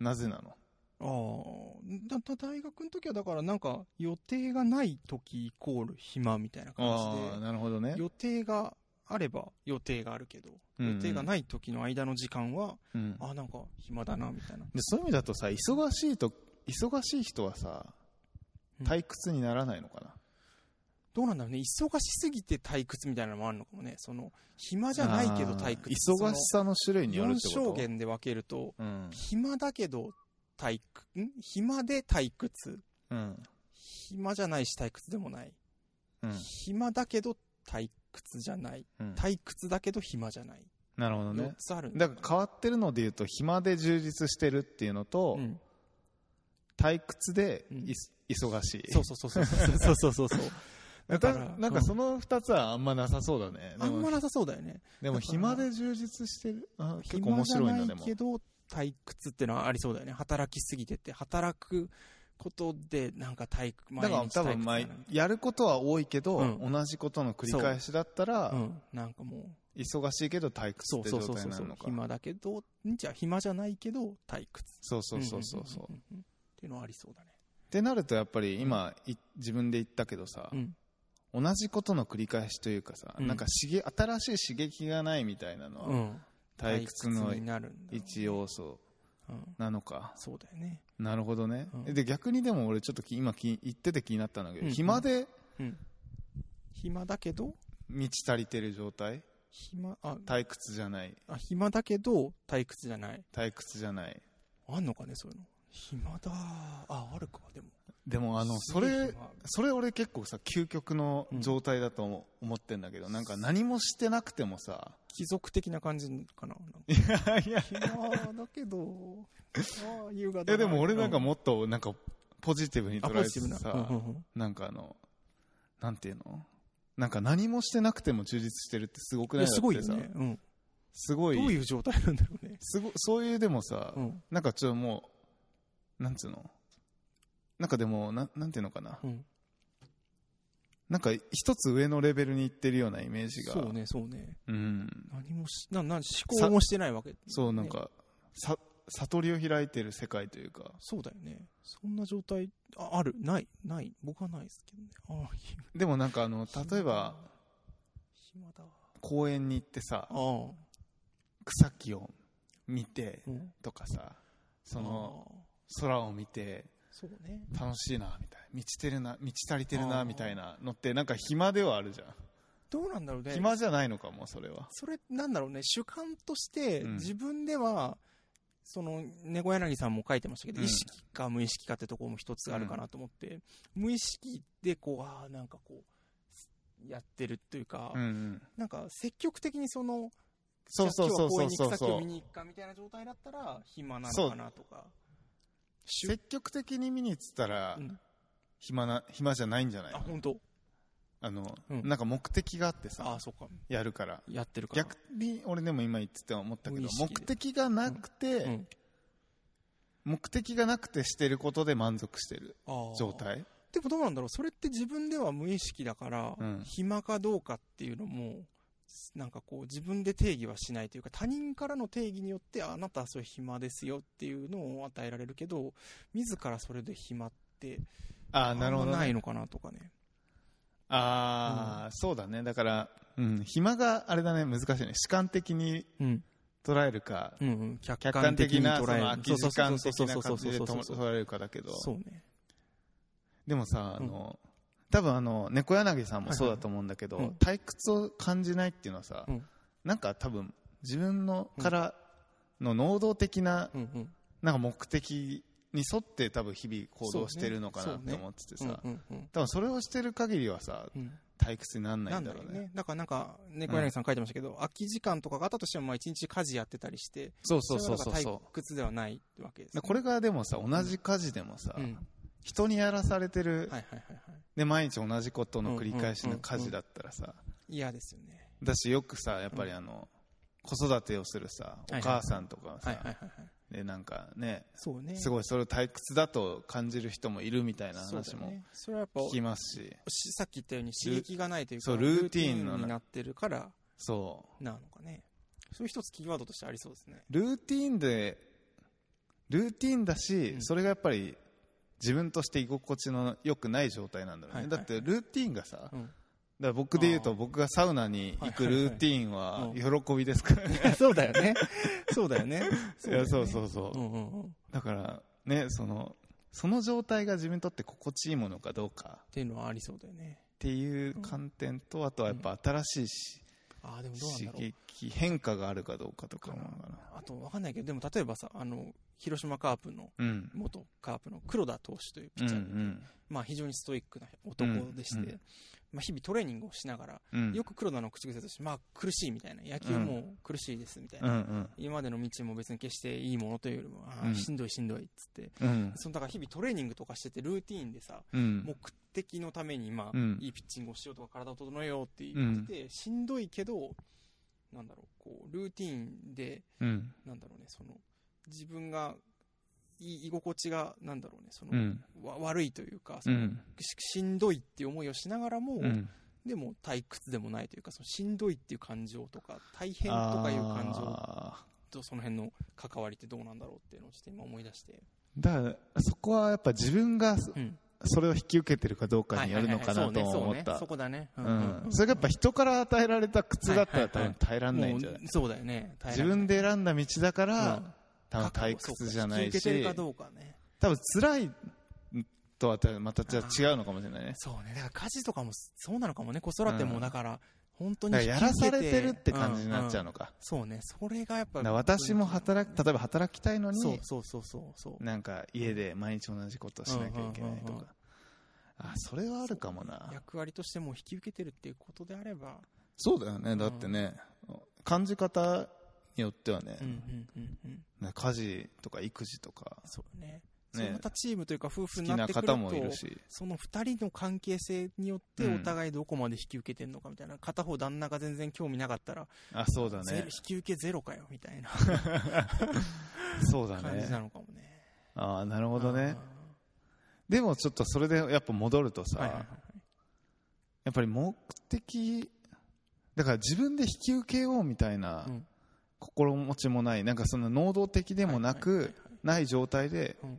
なぜなの
ああ、だだ大学の時はだからなんか予定がない時イコール暇みたいな感
ああ
じ
なるほどね
で、予定があれば予定があるけど、
うんうん
予定がない時の間の時間は、
うん
あなんか暇だなみたいな。
でそういう意味だとさ忙しいと忙しい人はさ
うん
退屈にならないのかな、
どうなんだろうね、忙しすぎて退屈みたいなのもあるのかもね、その、暇じゃないけど退屈。
あー忙しさの種類によるって
4
こ
証
と
言で分けると、
うん
暇だけど退屈、ん暇で退屈。
うん
暇じゃないし退屈でもない。
うん
暇だけど退屈じゃない。
うん
退屈だけど暇じゃない。
なるほど
4
ね
つあるん
だから変わってるので言うと暇で充実してるっていうのと、
うん
退屈でい、
うん
忙しい
そうそうそうそうそ
(laughs)
うそうそうそう。
だ
だ
か
からら
なんかその2つはあんまなさそうだ
(laughs)
ね、
あ
でも
んまなさそうだよね。
で
だ
も
から
暇で充実してるあ結構面白いな
暇じ
で
ゃな
も
いけど退屈ってのはありそうだよね働きすぎてて働くことでなんか退屈
だから多分
毎
毎
日退屈だ
やることは多いけど、
うん
同じことの繰り返しだった
な
ら、
うんなんかもう
忙しいけど退屈
そ
っ
う
て
そうそ
状
う
態
そうそ
になる
う
のか
暇だけどんじゃ暇じゃないけど退屈
そうそうそうそうそう、
んんうんうんっていうのはありそうだね
ってなるとやっぱり今、い自分で言ったけどさ、
うん
同じことの繰り返しというかさ、
うん
なんか刺激新しい刺激がないみたいなのは、
うん
退屈の
退になるんだ
一要素
うん
なのか
そうだよね
なるほどね、
うん
で逆にでも俺ちょっとき今き言ってて気になったんだけど、
うん
暇で
うん暇だけど
満ち足りてる状態
暇あ
退屈じゃない
あ暇だけど退屈じゃない
退屈じゃない
あんのかねそういうの暇だああるかでも
でもあの
す
そ
げえ
れ
暇
それ俺結構さ究極の状態だと思思ってんだけど、なんか何もしてなくてもさ
貴族的な感じかな。なんか
いやいやい
暇だけど、ああ、優雅だな。
やでも俺なんか
う
もっとなんかポジティブに
あ
捉
ポ
え
ジティブ
て
な
さ、
うんうんうん
なんかあのなんていうのなんか何もしてなくても充実してるってすご
い
くない
や
だって
すごいよ
さ
ね。うん。
すごい
どういう状態なんだろうね。
すごそういうでもさ、
うん。
なんかちょっともうなんつうのなんかでもなんなんていうのかな、
うん。
なんか一つ上のレベルに行ってるようなイメージが
そうね、そうね。
うん
何もし、な、な、思考もしてないわけ。
そうなん
ね。
か、さ悟りを開いてる世界というか
そうだよね。そんな状態、ああるない、ない。僕はないですけどね。ああ、ひ
でもなんかあの例えば
暇だ。あ
公園に行ってさ
あ。う
草木を見て
ん。
とかさその
ああ
空を見て
そうね。
楽しいなみたいな満ちてるな満ち足りてる
あ
な
ー
みたいなのってなんか暇ではあるじゃん
どうなんだろうね。
暇じゃないのかもそれは
それなんだろうね主観として
うん
自分では、その猫柳さんも書いてましたけど、
うん
意識か無意識かってところも一つあるかなと思って、無意識でこうああなんかこうやってるというか、
うんうん
なんか積極的にその
そうそうそうそう
じゃあ今日は公園に行
そう
く先を
そ
見
う
に行くかみたいな状態だったら暇なのかなとか主
積極的に見に行ってたら
うん
暇な暇じゃないんじゃない
あ
の
本当
あの
うん
なんか目的があって
あ
さ
あそうか
やるから
やってるから
逆に俺でも今言ってて思ったけど
無意
目
識で
的がなくて、
うん
目的がなくてしてることで満足してる
あー
状態
でもどうなんだろうそれって自分では無意識だから、
うん
暇かどうかっていうのもなんかこう自分で定義はしないというか他人からの定義によってあなたはそれ暇ですよっていうのを与えられるけど自らそれで暇って
あ
あ
あ
ん
なるほど、
ま
ね、
ないのかなとかね
ああ、そうだねだから、うん、暇があれだね難しいね主観的に
うん
捉えるか、
うんうん客
客観
観的
的
に
なそ
捉え
の空
る
き時間
そう
的
そう
な
そ
感
う
じで
そう
と
そうそうそう
捉えるかだけど
そうね
でもさあの、多分あの猫柳さんもそうだと思うんだけど、
はいはい
退屈を感じないっていうのはさ、
うん
なんか多分自分のからの能動的な
うんうん
なんか目的に沿って多分日々行動してるのかな
そう
っ
ね
て思ってて
う
さ、
んうんうん
多分それをしてる限りはさ
うん
退屈にならない
なん
ん
だ
だ
ろ
ろ
う
うね
ね。だからなんか、猫柳さん書いてましたけど、空き時間とかがあったとしても、まあ一日家事やってたりして、
そうそうそうそう
れは
そ
なんか退屈ではないわけです、
うこれがでもさ同じ家事でもさ、
うん、はい
人にやらされて
はい
る、
はいはい
で毎日同じことの繰り返しの家事だったらさ、
嫌ですよね
だしよくさやっぱりあの、子育てをするさお
はい
母さんとかはさ、
はいはいはいはい
でなんかね
そうね
す
い
ごいそれを退屈だと感じる人もいるみたいな話も
ね、それはやっぱ
聞きますし
しさっき言ったように刺激がないというか
そうルーティーンの
ルになってるから
そう
なのかねそういう一つキーワードとしてありそうですね
ルーティーンでルーティンだし、
うん
それがやっぱり自分として居心地の良くない状態なんだろうね、
はいはいはい
だってルーティンがさ、だか (laughs)
うん
ら僕で言う
あ
と
ー
僕がサウナに行く
はいはいはい
ルーティンは
う
喜びですからね、
そうだよね。そうだよ (laughs) ね。
いやそうそうそう、
うんうんうん。っ
だからねそのその状態が自分にとって心地いいものかどうかって
いうのはありそうだよね。
ていう観点とあとはやっぱ新しいし
ああ、でもどうなんだ
刺
ろう。
激変化があるかどうかとかも
かな
かな
あと、わかんないけど、でも例えばさ、あの、広島カープの、
うん
元カープの黒田投手というピッ
うん
チ
う
ャー、
ん
まあ非常にストイックな男でして、
うんうん
まあ日々トレーニングをしながら、
うん
よく黒田の口癖として、まあ苦しいみたいな、野球も苦しいですみたいな、
うんうん
今までの道も別に決していいものというよりも、あ
う
あ、
ん
しんどいしんどいっつって、
うん
そのだから日々トレーニングとかしてて、ルーティーンでさ、
うん
目的のために、まあ、
うん
いいピッチングをしようとか、体を整えようって言ってて、しんどいけど、なんだろう、こう、ルーティーンで、
うん
なんだろうね、その、自分が、い居心地が、なんだろうね、その、
うん
わ悪いというか、そ
うんう
の
ん
ししんどいっていう思いをしながらも、
うん
でも退屈でもないというか、そのしんどいっていう感情とか、大変とかいう感情
あ
とその辺の関わりってどうなんだろうっていうのをちょっと今思い出して。
ーだからそこはやっぱ自分が
うん。
それを引き受けてるかどうかによるのか
は
な
はい
いと
はいはいそう
思
ね
った
そうねそこだね。う
うん
うんうん
んそれがやっぱ人から与えられた靴だったら多分耐えられないんじゃない
もうそうだよね。
自分で選んだ道だか
う
ら
ん
多分退屈じゃない
そうか引き受けてる
し
かどうかね。
多分辛いとはまたじゃあ違うのかもしれないね
そうね。だから家事とかもそうなのかもね。子育て
う
も
ん
だから、本当
だ
に
から
引き
や
受
ら
け
されてるって感じになっちゃう
ん
んのか
そうね。それがやっぱ
だから。私も働く例えば働きたいの
そ
に
うそうそうそうそう。
なんか家で毎日同じことをしなきゃいけない
うんう
と
んうんうん
かあそれはあるかもな
役割としてもう引き受けてるっていうことであれば、
そうだよねだってね感じ方によってはね
うんうんうんうん。
ね家事とか育児とか
そうね。そ
ね
れまたチームというか夫婦
好
に
き
なっ
な
てくる
方
と、
もいるし
その二人の関係性によって
うん
お互いどこまで引き受けてるのかみたいな、片方旦那が全然興味なかったら、
あそうだ
ゼロ
ね
引き受けゼロかよみたいな
そうだ
感じな
ね
のかもね。
ああなるほど
うんうん
ねでもちょっとそれでやっぱ戻るとさ、
はいはいはい
やっぱり目的だから自分で引き受けようみたいな
うん
心持ちもない、なんかその能動的でもなく、
はいはいはい
ない状態で
うん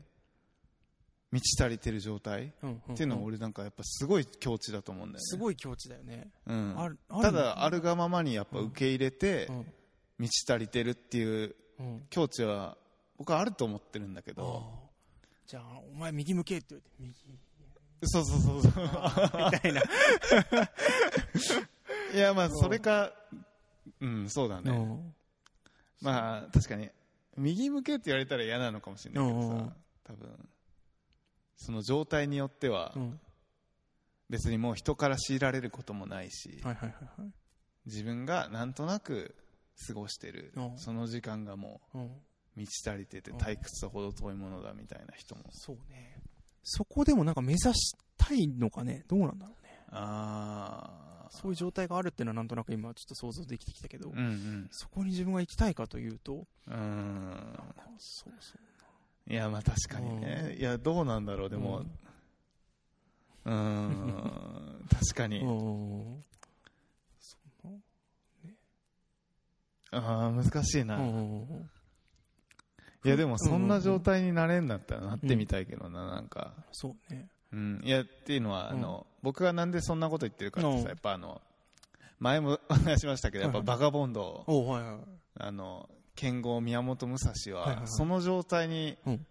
満ち足りてる状態
うんんん
っていうのは俺なんかやっぱすごい境地だと思うんだよね
すごい境地だよね。
うん、
あるある
ただあるがままにやっぱ受け入れて
うん
満ち足りてるっていう
うん
境地は僕はあると思ってるんだけ
あ
ど
あじゃあ、お前右向けって言って、右。
そうそうそうそう
みたいな。
いやまあそれかうんそうだね、
うん
まあ確かに右向けって言われたら嫌なのかもしれないけど
うんうんう
さ
ん
多分その状態によっては
うん
別にもう人から強いられることもないし、
はいはいはいはい。
自分がなんとなく過ごしてる
うん
その時間がも
うん
う満ち足りてて
うん
退屈さほど遠いものだみたいな人も
そうね。そこでもなんか目指したいのかね、どうなんだろうね。
ああ
そういう状態があるっていうのはなんとなく今ちょっと想像できてきたけど、
うん
そこに自分が行きたいかというと、
うんうん
なんかそうそう。
いやまあ確かにねいやどうなんだろうでもうん確かに
うん。そん
ああ難しい
な
な、
うん。
いやでもそんな状態になれんだったらなってみたいけどな、なんか、
そうね。
うん、いやっていうのは、
うん
あの僕がなんでそんなこと言ってるかって
うん
さやっぱあの前もお話ししましたけどやっぱ
はい
バカボンド、
おはいはいはい。
あの剣豪宮本武蔵
はいはいは
はいその状態に、
うん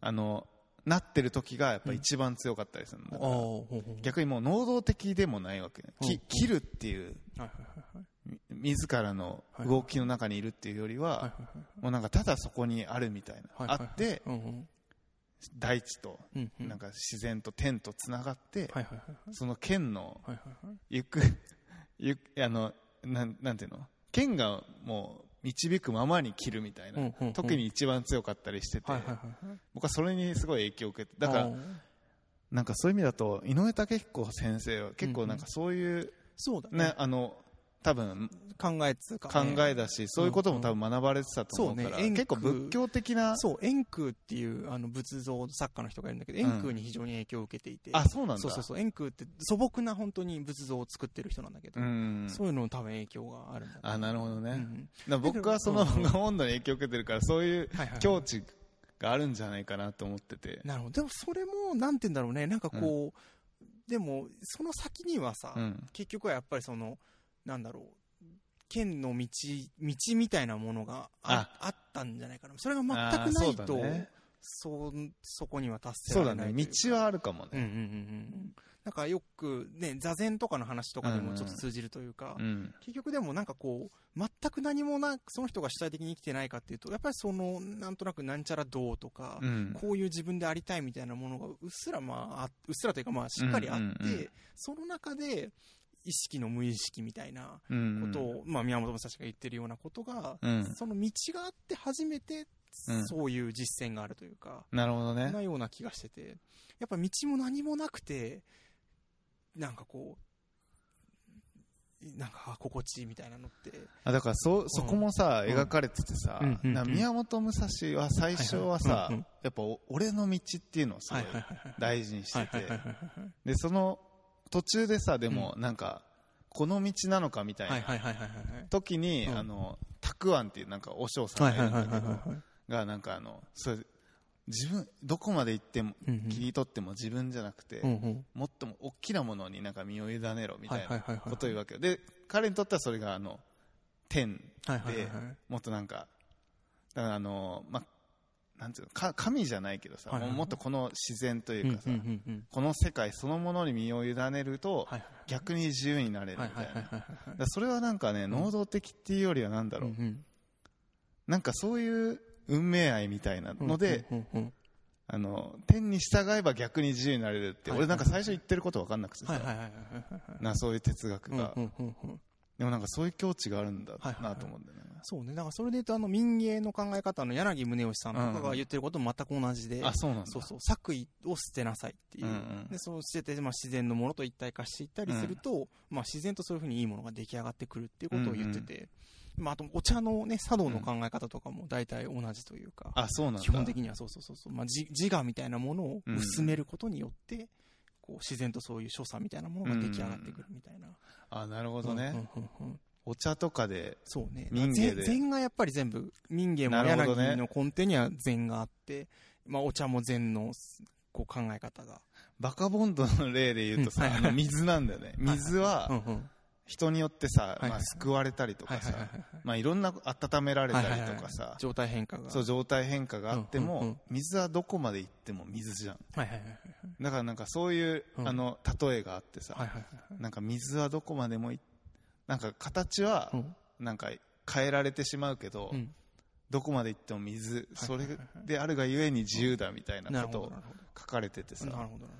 あのなってる時がやっぱ一番強かったりするのだ
ああ、
から
ほうほう。
逆にもう能動的でもないわけ、き
うん
切るっていう
はいはいはいはい。
み自らの動きの中にいるっていうよりは、
はいはいはい。
もうなんかただそこにあるみたいな、
はいはいはい
あって
うんうん
大地と
うんうん
なんか自然と天とつながって、
はいはいはい
その剣の
はいはいはい
行く (laughs) 行くあのなんなんていうの剣がもう導くままに切るみたいな、
うんうんうん
特に一番強かったりしてて、
はいはいはいはい
僕はそれにすごい影響を受けてだか
あ
ら
ー
なんかそういう意味だと井上武彦先生は結構なんかそういう、
そうだね
ねあの多分
考えっつうか
考
ね、
えだし、そういうことも多分学ばれてたと思うから、
そうね円空
結構仏教的な
そう円空っていうあの仏像作家の人がいるんだけど
うん
円空に非常に影響を受けていて、
あそうなんだ
そうそうそう円空って素朴な本当に仏像を作ってる人なんだけど、
うん
そういうのも多分影響があるんだ
あなるほどね、
う
だか
ん
ら僕はその
だけどうん
ガモンドに影響を受けてるからそういう
はいはいはい
境地があるんじゃないかなと思ってて、
なるほどでもそれもなんて言うんだろうねなんかこう、でもその先にはさ、
うん
結局はやっぱりそのなんだろう剣の道道みたいなものがああったんじゃないかなそれが全
あー
くない
そ
と
うだね
そそこには達せ
そう
られ
だ
ない
ね
というか
道はあるかも
うんうん
ね、
うんうんなんかよくね座禅とかの話とかでもちょっと通じるというか、
うん
結局でもなんかこう全く何もなくその人が主体的に生きてないかっていうとやっぱりそのなんとなくなんちゃらどうとか、
うん
こういう自分でありたいみたいなものがうっすらまああうっすらというかまあしっかりあって、
うんうんうん
その中で意識の無意識みたいな
う
こ
ん
とを、まあ、宮本武蔵が言ってるようなことが、
うん
その道があって初めて
うん
そういう実践があるというか、
なるほどね
なような気がしててやっぱ道も何もなくてなんかこうなんかあ心地いいみたいなのって
あだからそそこもさ、
うん
描かれててさ、
うんうん
なか宮本武蔵は最初は
は
さ、
いはいうんうん
やっぱお俺の道っていうのをすごい
はいはいはいはい
大事にして
はいはいはい
て
はい
でその途中でさでもなんか、この道なのかみたい
はい
な
はいはいはいはいはい
時に、
うん
あのたくあんっていうなんかお嬢さ
は
ん
い
が
はい
いる
はい
ん
は
だ
い
けど
はい
がなんかあのそれ自分どこまで行っても
うんうん
切り取っても自分じゃなくて、
うんうん
もっとも大きなものになんか身を委ねろみたい
はい
な
はいはいはい
ことを言うわけよで彼にとってはそれがあの天
はいはいはい
で
はい
もっとなんかだからあのまあなんていうのか神じゃないけどさ、
はいはいはい
もっとこの自然と
う
い
ん
う
う
かさ、
んうんうん
この世界そのものに身を委ねると、
はい
逆に自由になれる
は
み
いは
た
い
いな、
はいはい
だからそれはなんかね、能動的っていうよりはなんだ
う
ろう、
ん
なんかそういう運命愛みたいな
うん
ので、
うんうんうん
あの天に従えば逆に自由になれるって、
はいはい
俺なんか最初言ってること分かんなくてさ、
はいはいはいはい
なそういう哲学
はい
が、
うんうんうんうん
でもなんかそういう境地があるんだ
はいはいはい
なと思うんだよね、
そうねだからそれで言うとあの民芸の考え方の柳宗悦さんとかが言ってることも全く同じで、
あそうなんだ
そうそう作為を捨てなさいっていう、
うんうん
でそうしてて、まあ、自然のものと一体化していったりすると、まあ、自然とそういうふうにいいものが出来上がってくるっていうことを言ってて、まあ、あとお茶の、ね、茶道の考え方とかも大体同じというか、
あそうなんだ
基本的にはそうそうそうそう、まあ、自自我みたいなものを薄めることによって、こう自然とそういう所作みたいなものが出来上がってくるみたいな。
あなるほどね、
うんうんうんうん
お茶とかで
そうね。
民芸で
ぜ禅がやっぱり全部、民芸も
なるほどね
柳の根底には禅があって、まあお茶も禅のこう考え方が。
バカボンドの例で言うとさ、
うんはい
あの水なんだよね水
うん
は
うん。
人によってさ、
はい
まあ、救われたりと
はい
か
はい
さ、
はいはい。
まあ、いろんな温められたり
はいはい
と
は
か
い
さ、
状態変化が。
そう状態変化があっても、
うんうんうん
水はどこまで行っても水じゃん
はいはいはいはい。
だからなんかそういう、
うん
あの例えがあってさ、
はいはい
なんか水はどこまでもいなんか形
は
は
いはい。
なんか変えられてしまうけど、
うん
どこまで行っても水
はい
それであるがゆえに自由だみたい
な
な
る
こと
ほ
を
ど。なるほ
書かれててさ
ど。なるほどな。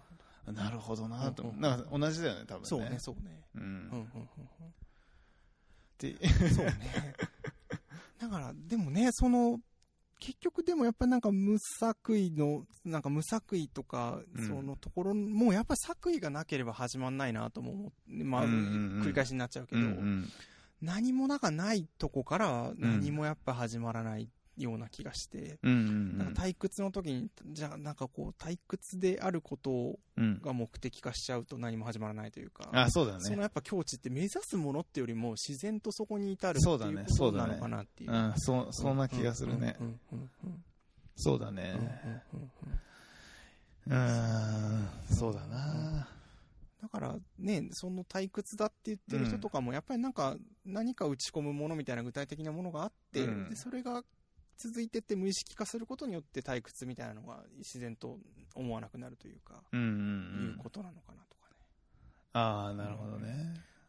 なるほどなと思
う
う
んうん
なんか同じだよね多分ね
そうね、そうね。
うん
うんうん (laughs)
って
うんうん。そうね。だから、でもね、その、結局でもやっぱりなんか無作為の、なんか無作為とか
う、ん
そのところ、もうやっぱり作為がなければ始まんないなとも思って、まあ、
うんうんうん
繰り返しになっちゃうけ
う
ど、
んうん
何もなんかないとこから何もやっぱ始まらないような気がして、
うん
なんか退屈の時に、じゃあなんかこう退屈であること
うんうん
が目的化しちゃうと何も始まらないというか、
あそうだ
その
ね
やっぱ境地って目指すものってよりも自然とそこに至るってい
そううだね
ことなのかなっていう。
うんそそんな気がするね
うんうんうん
そうだ
うんうん
ね
うんうんうん
うんそうだな
だからね、その退屈だって言ってる人とかも、やっぱりなんか、何か打ち込むものみたいな具体的なものがあって、
うん
でそれが続いてって無意識化することによって退屈みたいなのが自然と思わなくなるというか、
うんうんう
いうんことなのかなとかね。
ああなるほどね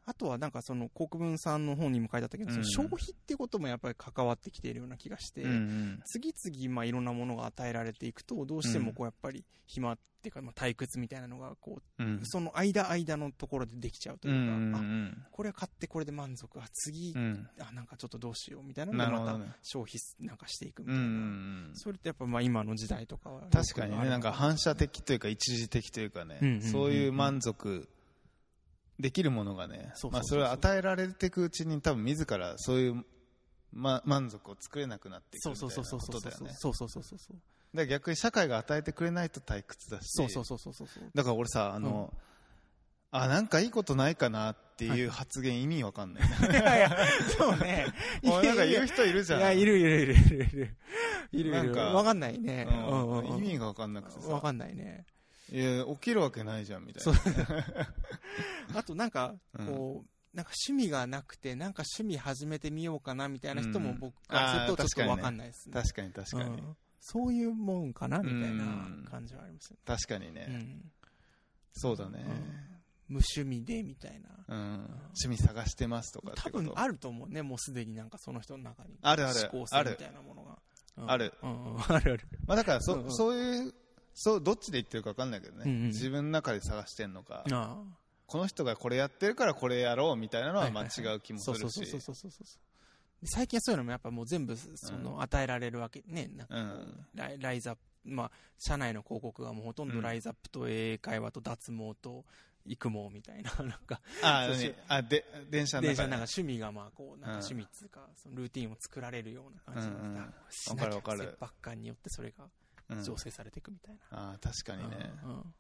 あとはなんかその国分さんの本にも書いてあったけど、その
うん
消費ってこともやっぱり関わってきているような気がして、
うんうん
次々、まあ、いろんなものが与えられていくと、どうしてもこう、やっぱり、暇っていうか、まあ、退屈みたいなのが、こう、
うん
その間間のところでできちゃうと
う
い
んう
うか、あ
ん
これは買ってこれで満足。あ、次、
うん
あ、なんかちょっとどうしようみたいな
な
の
る
で
ほ
ま
ど
た
ね
消費すなんかしていくみ
う
た
ん
いな。
うん
それってやっぱまあ今の時代とかは。
確かに
よくあ
ね
る
なんか反射的というか一時的というか
うんうんうんう
ね
ん
そういう満足できるものがね
そうそうそうそう
まあそれを与えられていくうちに多分自らそういう、ま、満足を作れなくなっていく
そう
みた
そう
い
そうそ
な
う
こ
そうそ
と
う
だよ
そう
ね
そうそうそうそう
だから逆に社会が与えてくれないと退屈だし
そうそうそうそうそうそう
だから俺さあの、あなんかいいことないかなって
はいいう
発言意味わ
(laughs)
かんない、ね、
いやいやそうね
おいなんか言う人いるじゃん
いやいるいるいるいるいるいるい
なん
る
か
わかんないね
う
うんうん
ん
うん
意味がわかんなくて
わ
さ
かんないね
いや起きるわけないじゃんみたい
そ
な
うあとなんか
うん
こうなんか趣味がなくてなんか趣味始めてみようかなみたいな人も
うん
僕からする
あ
と
ー
ちょっ
確かに
と
ね
わかんないですね
確かに確かに、
うんそういうもんかなみたいな
うん
感じはありますよ
確かにね、
ねうん
そうだね、
無趣味でみたいな
うん趣味探してますとかって
多
こと
分あると思うねもうすでになんかその人の中に
あるある
思考性みたいなものがうん
ある
うんうんあるある
まあだからそ,、
うんうん
そういうそうどっちで言ってるかわかんないけどね、
うんうん
自分の中で探してんのか、
ああ
この人がこれやってるからこれやろうみたいなのはま
は
あ
いはい
違
はいう
気もする
そう
し
そうそうそうそうそう最近はそういうのもやっぱもう全部その与えられるわけねなんかこう
うん
ライライズアップまあ社内の広告がもうほとん
う
ど
ん
ライズアップと英会話と脱毛と育毛みたいな (laughs) なんか
あ
そうそう
何あで電車の
電
中
車の中
で
趣味がまあこうなんか趣味っつうかそのルーティンを作られるような感じ
うんうん
だからしなきゃ
わかるわかる
切迫感によってそれが
うん
醸成されていくみたいな
あー確かにね、
うんうん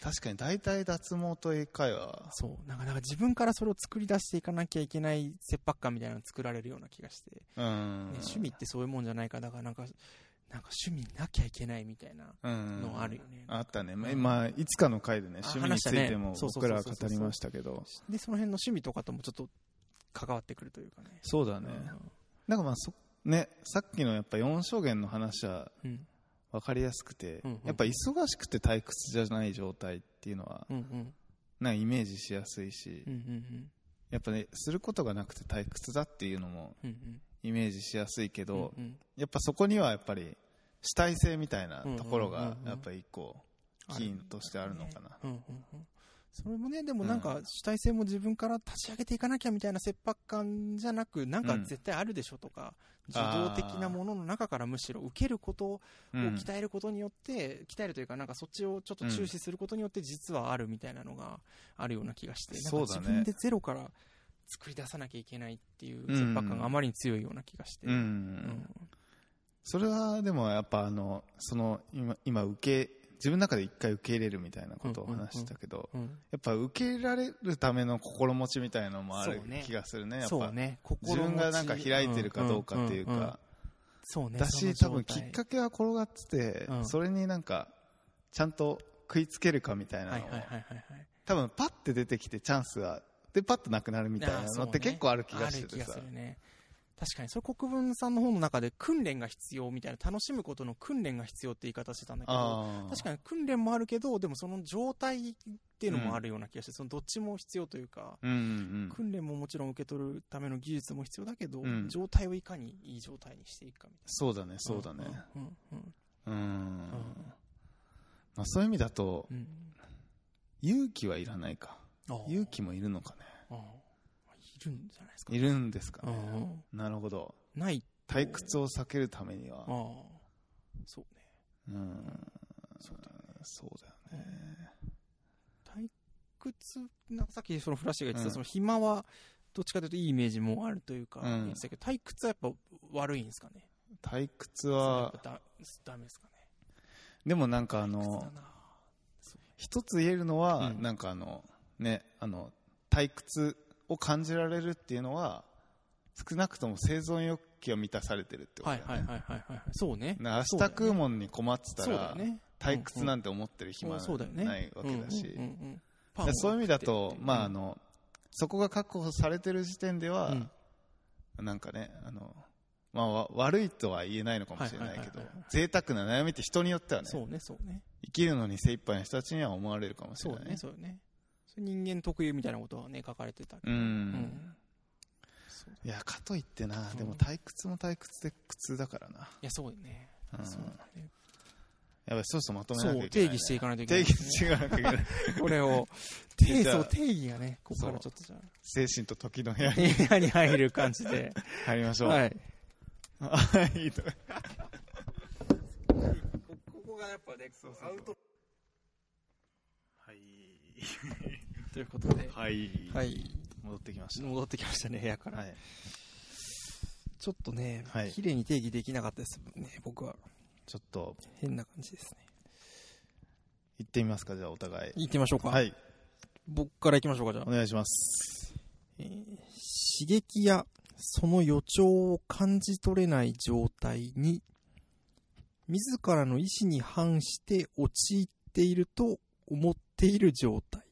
確かに大体脱毛と英会話
そうなんかなんか自分からそれを作り出していかなきゃいけない切迫感みたいなのが作られるような気がして
うん、
ね趣味ってそういうもんじゃないかだからなんかなんか趣味なきゃいけないみたいな
うん
のあるよね、
あったね、まあ
うん
まあ、いつかの回でね
あ
趣味についても
話したね
僕らは語りましたけど
でその辺の趣味とかともちょっと関わってくるというかね
そうだねなんかまあそねさっきのやっぱ4証言の話は
うん
分かりやすくて、
うんうん
やっぱ忙しくて退屈じゃない状態っていうのは
うんうん
なんかイメージしやすいし、
うんうん
やっぱねすることがなくて退屈だっていうのも
うんうん
イメージしやすいけど、
うんうん
やっぱそこにはやっぱり主体性みたい
う
な
んうんうんうん
ところがやっぱり一個
ある
キーンとしてあるのかな、
うんうんうんそれもねでもなんか主体性も自分から立ち上げていかなきゃみたいな切迫感じゃなくなんか絶対あるでしょとか、受動的なものの中からむしろ受けることを
うん
鍛えることによって、鍛えるというかなんかそっちをちょっと注視することによって実はあるみたいなのがあるような気がして、なんか
そうだね
自分でゼロから作り出さなきゃいけないっていう
うん
切迫感があまりに強いような気がして、
うん
うん
それはでもやっぱあのその今今受け自分の中で一回受け入れるみたいなことを話したけど、
うん
やっぱ受け入れられるための心持ちみたいなのもある
そうね
気がするねやっ
そう
ぱ
ね
自分がなんか開いてるかどうかっていう
心持ちんんんん
か
そうね
だ
その
し
状
多分き
態
っかけは転がってて
うん
それになんかちゃんと食いつけるかみたいな
はい
の
は
を
いはいはいはい
多分パッて出てきてチャンスがでパッとなくなるみたい
あー
な
そ
の
う
って
ね
結構ある気がして
あ
て
る気
さ
するね確かにそれ国分さんの本の中で訓練が必要みたいな楽しむことの訓練が必要って言い方してたんだけど
あー
確かに訓練もあるけどでもその状態っていうのもあるような気がして、そのどっちも必要というか、
うんうん
訓練ももちろん受け取るための技術も必要だけど、
うん
状態をいかにいい状態にしていくかみたいな
そうだねそうだね
うんうん
うん
ん
まあそういう意味だと
うん
勇気はいらないか
あー
勇気もいるのかね
あーいるんじゃないですか
いるんですか
う
ね
んうん
なるほど
ない
退屈を避けるために
あ
は
あそうね
うん
そうだ
そうだよね
退屈なんかさっきそのフラッシュが言ってた、
うん
その暇はどっちかというといいイメージもあるというか、
うん
言ってたけど退屈はやっぱ悪いんですかね
退屈
あ
は
だダメですかね
でもなんかあ
退屈
の
だな
一つ言えるのは、
うん
なんかあのねあの退屈を感じられるっていうのは少なくとも生存欲求は満たされてるってこと
は
だ
い
よね、
はいはいはいはいそうね
なんか明日食う
も
もんに困ってた
そうだ
ら、
よね
退屈なんんて思ってる暇
うん
は
うんそうだよね
ないわけだし、
うんうんうんうん
だからそういう意味だと、まあ、
パ
あ
ンを食ってって
のそこが確保されてる時点では、
うん
なんかねあの、まあ、わ悪いとは言えないのかもしれないけど
はいはいはいはい
贅沢な悩みって人によってはね
そうねそうね
生きるのに精一杯の人たちには思われるかもしれ
そう
ない
ねそうねそれ人間特有みたいなことはね書かれてたけ
う
ど
ん、
うんそうい
いやかといってな、
うん
でも退屈も退屈で苦痛だからな、
やそうだよね
うん
そうだね
やばいそうそうまとめなきゃいけ
そう定
ない、
義していかないといけな
定
い
義
です
し
ね
ていかなきゃいけない
これを。
(laughs) じゃあ
定義、そう定義がね、ここからちょっとじゃあ
精神と時の部屋に
部屋に入る感じで。
入りましょう、
はい。
(laughs) はい、いいと
ここがやっぱね、アウト。
はい
ということで、
はい、
はい、
戻ってきました
戻ってきましたね、部屋から。
はい
ちょっとね、
はい
綺麗に定義できなかったですもんね、僕は。
ちょっと
変な感じですね。
行ってみますかじゃあお互い
行ってみましょうか。
はい
僕から行きましょうか、じゃあ
お。願いします
えー刺激やその予兆を感じ取れない状態に自らの意思に反して陥っていると思っている状態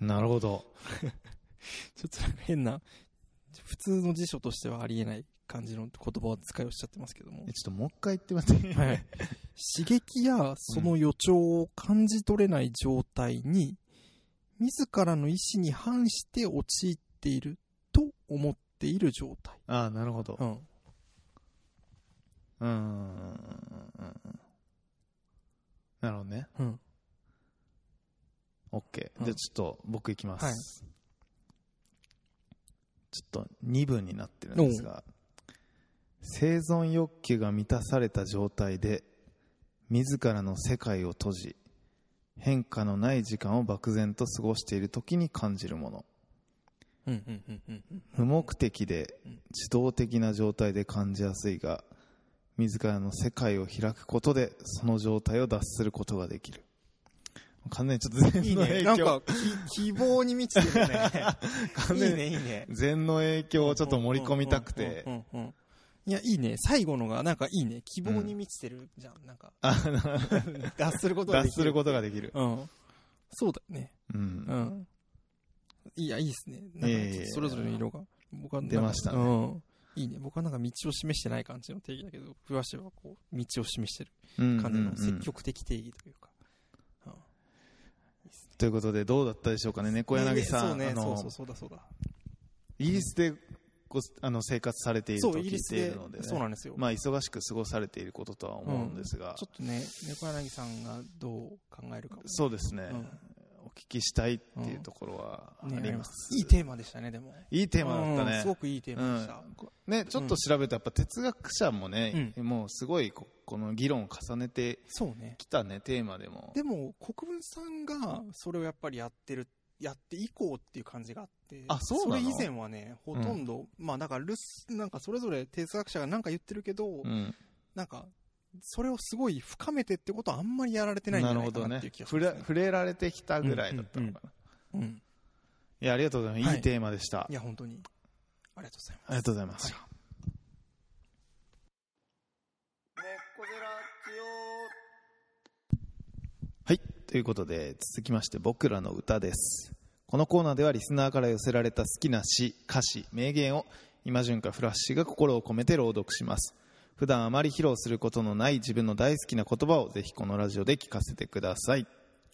なるほど
ちょっとなんか変な普通の辞書としてはありえない感じの言葉を使いをしちゃってますけども
えちょっともう一回言ってもらっていい
はい、刺激やその予兆を感じ取れない状態に、自らの意思に反して陥っていると思っている状態、
(laughs) ああなるほど
うん、
うーんなるほどね
うん
オッケ
う
ー
ん
じゃあちょっと僕いきます、
はい
ちょっと2分になってるんですが生存欲求が満たされた状態で自らの世界を閉じ変化のない時間を漠然と過ごしている時に感じるもの
うんうんうんうんうん
無目的で
うん
自動的な状態で感じやすいが自らの世界を開くことでその状態を脱することができる完全にちょっと全
いい
の影
ね。
響
なんか、き希望に満ちてるね。 (laughs)
完
いい
全に
ね、いいね。
禅の影響をちょっと盛り込みたくて
うんうんうんうんうん。いや、いいね。最後のが、なんかいいね。希望に満ちてるじゃん。なんか、
あの
(laughs) 脱する (laughs) ことが
脱
でき
す
る。
ることができる、
うん。そうだよね。
う、
うんん。いや、いいですね。なん
いやいやい
か
や
それぞれの色が。僕はなんか
出ましたね
うん。いいね。僕はなんか道を示してない感じの定義だけど、ふわしはこう、道を示してる
うん
感じの
うんう
積
ん
極的定義というか。うん
ということでどうだったでしょうかね猫柳さん、
ね
あ
ねそうね。
の
そうそう、そうだそうだ。
イギリスでごあの生活されていると
そう、イ
聞
ギ
い
リス
てい
で
るので,、ね
そうなんですよ。
まあ、忙しく過ごされていることとは思うんですが、
ちょっとね、猫柳さんがどう考えるかも
そうですね、
うん
お聞きしたいっていうところはあ
ね
ります、
いいテーマでしたね、でも。
いいテーマだった
う
ね
ん、すごくいいテーマでした。
ね、ちょっと調べたらやっぱ哲学者もね、
う
もうすごいここの議論を重ねて
そうね。
きたねテーマでも
でも、国分さんがそれをやっぱりやってる、やって以降っていう感じがあって、
あそうな
れ
の
以前はね、ほとんど、まあだから、留守なんかそれぞれ哲学者がなんか言ってるけど、
うん、
なんか、それをすごい深めてってことはあんまりやられてないんじ
な
ゃ
る
な
ほ
いか
ど
なっ
ね
ていう気がし
触
ま
れ
す、
触れられてきたぐらいだったのかな、
うんうん。
いやありがとうございます、
はい
い、いテーマでしたあ
いや、本当に。ありがとうございます。
りがとうございます、はい、ということで続きまして僕らの歌ですこのコーナーではリスナーから寄せられた好きな詩歌詞名言を今順かフラッシュが心を込めて朗読します普段あまり披露することのない自分の大好きな言葉をぜひこのラジオで聞かせてください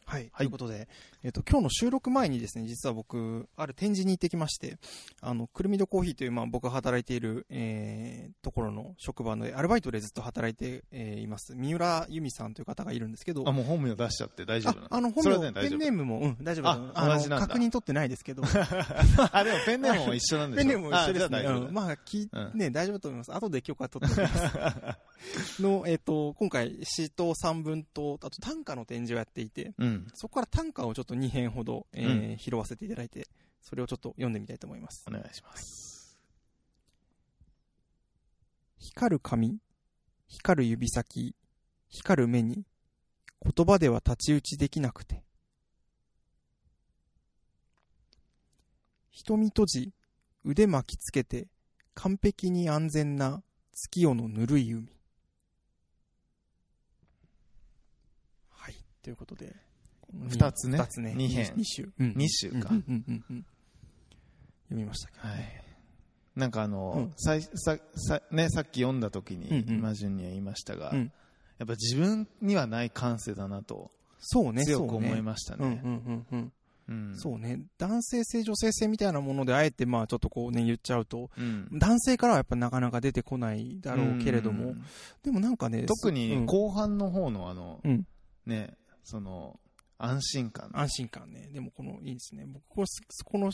はい、ということで、えっと今日の収録前にですね実は僕、ある展示に行ってきまして、あのくるみどコーヒーという、まあ、僕が働いている、えーところの職場で、アルバイトでずっと働いて、えーいます、三浦由美さんという方がいるんですけど、
あもう本名出しちゃって大丈夫な
ああの本
それ
名、
はね
ペ
大丈
ン
夫
ネームも、うん、大丈夫
あ
ですあの
同じなんだ
確認取ってないですけど、
(laughs) あでもペンネームも一緒なんでし
ペ
ょ
ンネームも一緒です
あ
ね。
じゃあ大丈夫だ
うんまあ、き
うん
ね、大丈夫だと思います。後で許可取っておき
(laughs)
ます。の、えっ、と、今回、詩と散文と、あと短歌の展示をやっていて、
うん
そこから短歌をちょっと2編ほど、えー
う
拾わせていただいて、それをちょっと読んでみたいと思います
お。願いします
光る髪、光る指先、光る目に、言葉では太刀打ちできなくて。瞳閉じ、腕巻きつけて、完璧に安全な月夜のぬるい海。はい、ということで。
二つね
二つね。
二編
二種。うん
二週か、
うんうんうんうん読みましたけど、
はい。なんかあの、
うん
さいささね、さっき読んだ時に、
うんうん
今順には言いましたが、
うん
やっぱ自分にはない感性だなと
そうね、
強く
そう
思
ね
いました
うんうん
ね。
うんうん
うん
そうね、男性性、女性性みたいなもので、あえてまあちょっとこうね、言っちゃうと、
うん
男性からはやっぱなかなか出てこないだろうけれど
う
も
ん、
でもなんかね、
特
う
に
ん
後半の方のあの、
うん
ね、その、安心感。
安心感ね、でもこの、いいですね、僕これす、この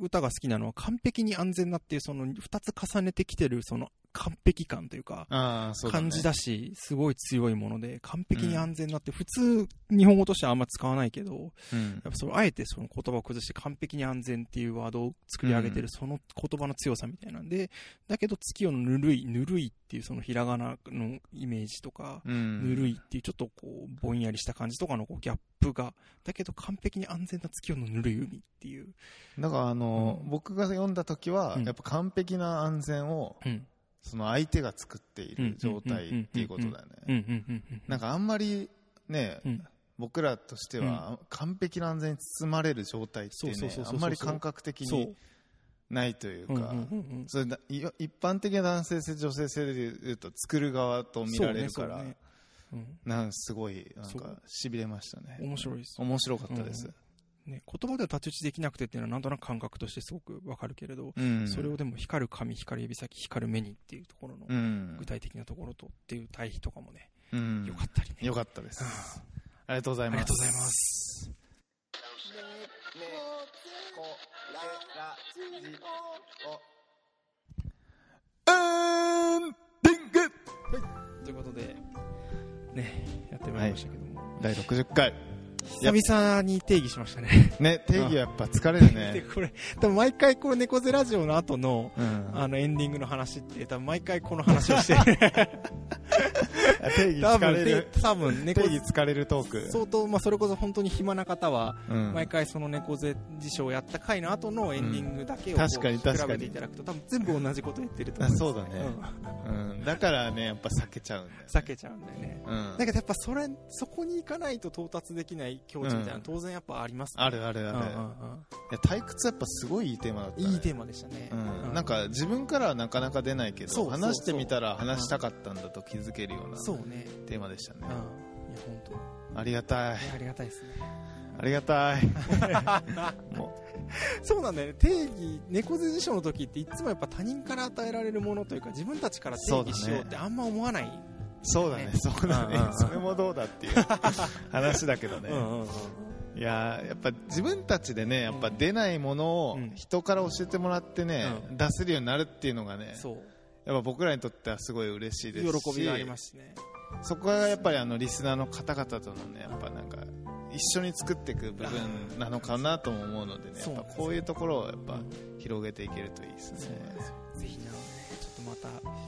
歌が好きなのは、完璧に安全なっていう、その2つ重ねてきてる、その完璧感というか、
ああ、そうだ、ね。
感じだし、すごい強いもので、完璧に安全なって、普通、日本語としてはあんま使わないけど、
うん
やっぱそれ、あえてその言葉を崩して完璧に安全っていうワードを作り上げて
うん
る、その言葉の強さみたいなんで、だけど、月夜のぬるい、ぬるいっていうそのひらがなのイメージとか、
うん。
ぬるいっていうちょっとこうぼんやりした感じとかのこうギャップがだけど完璧に安全な月夜のぬるい海っていう、
だからあの、
うん
僕が読んだ時は、
うん
やっぱ完璧な安全を
うん、
その相手が作っている状態っていうことだよ
う
ね
んうんうんうん
なんかあんまりね、
うん
僕らとしては完璧な安全に包まれる状態ってね
そうそうそうそう
あ
そうん
まり感覚的
そ
に
う
ないという
うんうん
か
うん
それだい一般的な男性性女性性でいうと作る側と
うん
見られるか
そ
ら、
うねそうね
なんかすごいなん
そ
かしびれました
うん
ね
面白いです、
面白かったです、
ね、言葉では太刀打ちできなくてっていうのはなんとなく感覚としてすごくわかるけれど、
うん
それをでも光る髪光る指先光る目にっていうところの
うん
具体的なところとっていう対比とかもね、
うん
よかったりね
よかったですありがとうござい
あ
ま
り
す
がとうございます
エンディング
ということでねやってまいりましたけども、
第60回
久々に定義しましたね。
ね定義はやっぱ疲れる
(laughs) で、
ね
これ、多分毎回こう、猫背ラジオの後の、
うん
あの、エンディングの話って、多分毎回この話をして
(laughs)
る。
定義
多
疲れ
分、で
る
多分、
定
猫
義
背、
疲れるトーク
相当、まあ、それこそ本当に暇な方は、
うん
毎回その猫背辞書をやった回の後のエンディングだけを
う
こ
ん
う、
確かに確か
比
に
べていただくと、多分全部同じこと言ってると
あ
思う。
そうだね、
うん
うん、だからねやっぱ避けちゃうんだよ、ね、
避けちゃうんだよね。
うん
だけどやっぱそれ、そこに行かないと到達できない境地みたいなの、
うん
当然やっぱあります
あるあるあ
う
る
ん、うん
いや退屈はやっぱすごいいいテーマだった、
うん
ね、
いいテーマでしたね。
うん
う
なんか自分からはなかなか出ないけ
そう
ど
そう
話してみたら話したかったんだと気づけるような
そうね。
テーマでしたね
うん。いや、本当に。ね
ありがたい
ありがたいですね。
ありが
(laughs)
たい
そうなんだよね。定義、猫背辞書の時っていつもやっぱ他人から与えられるものというか、自分たちから定義しようってあんま思わない。
そうだねそうだね
うんうんうん
それもどうだっていう話だけどね
うんうん
いやーやっぱ自分たちでねやっぱ出ないものを
うん
人から教えてもらってね
う
出せるようになるっていうのがね
そう。
やっぱ僕らにとってはすごい嬉しい
喜
ですし
びがありますしね。
そこがやっぱりあのリスナーの方々とのねやっぱなんか一緒に作っていく部分なのかなとも思うのでね
そ
や
うな
っぱ
んですよ
こういうところをやっぱ広げていけるといいです
そう
ね
なんですよ。ぜひなのでね、ちょっとまた、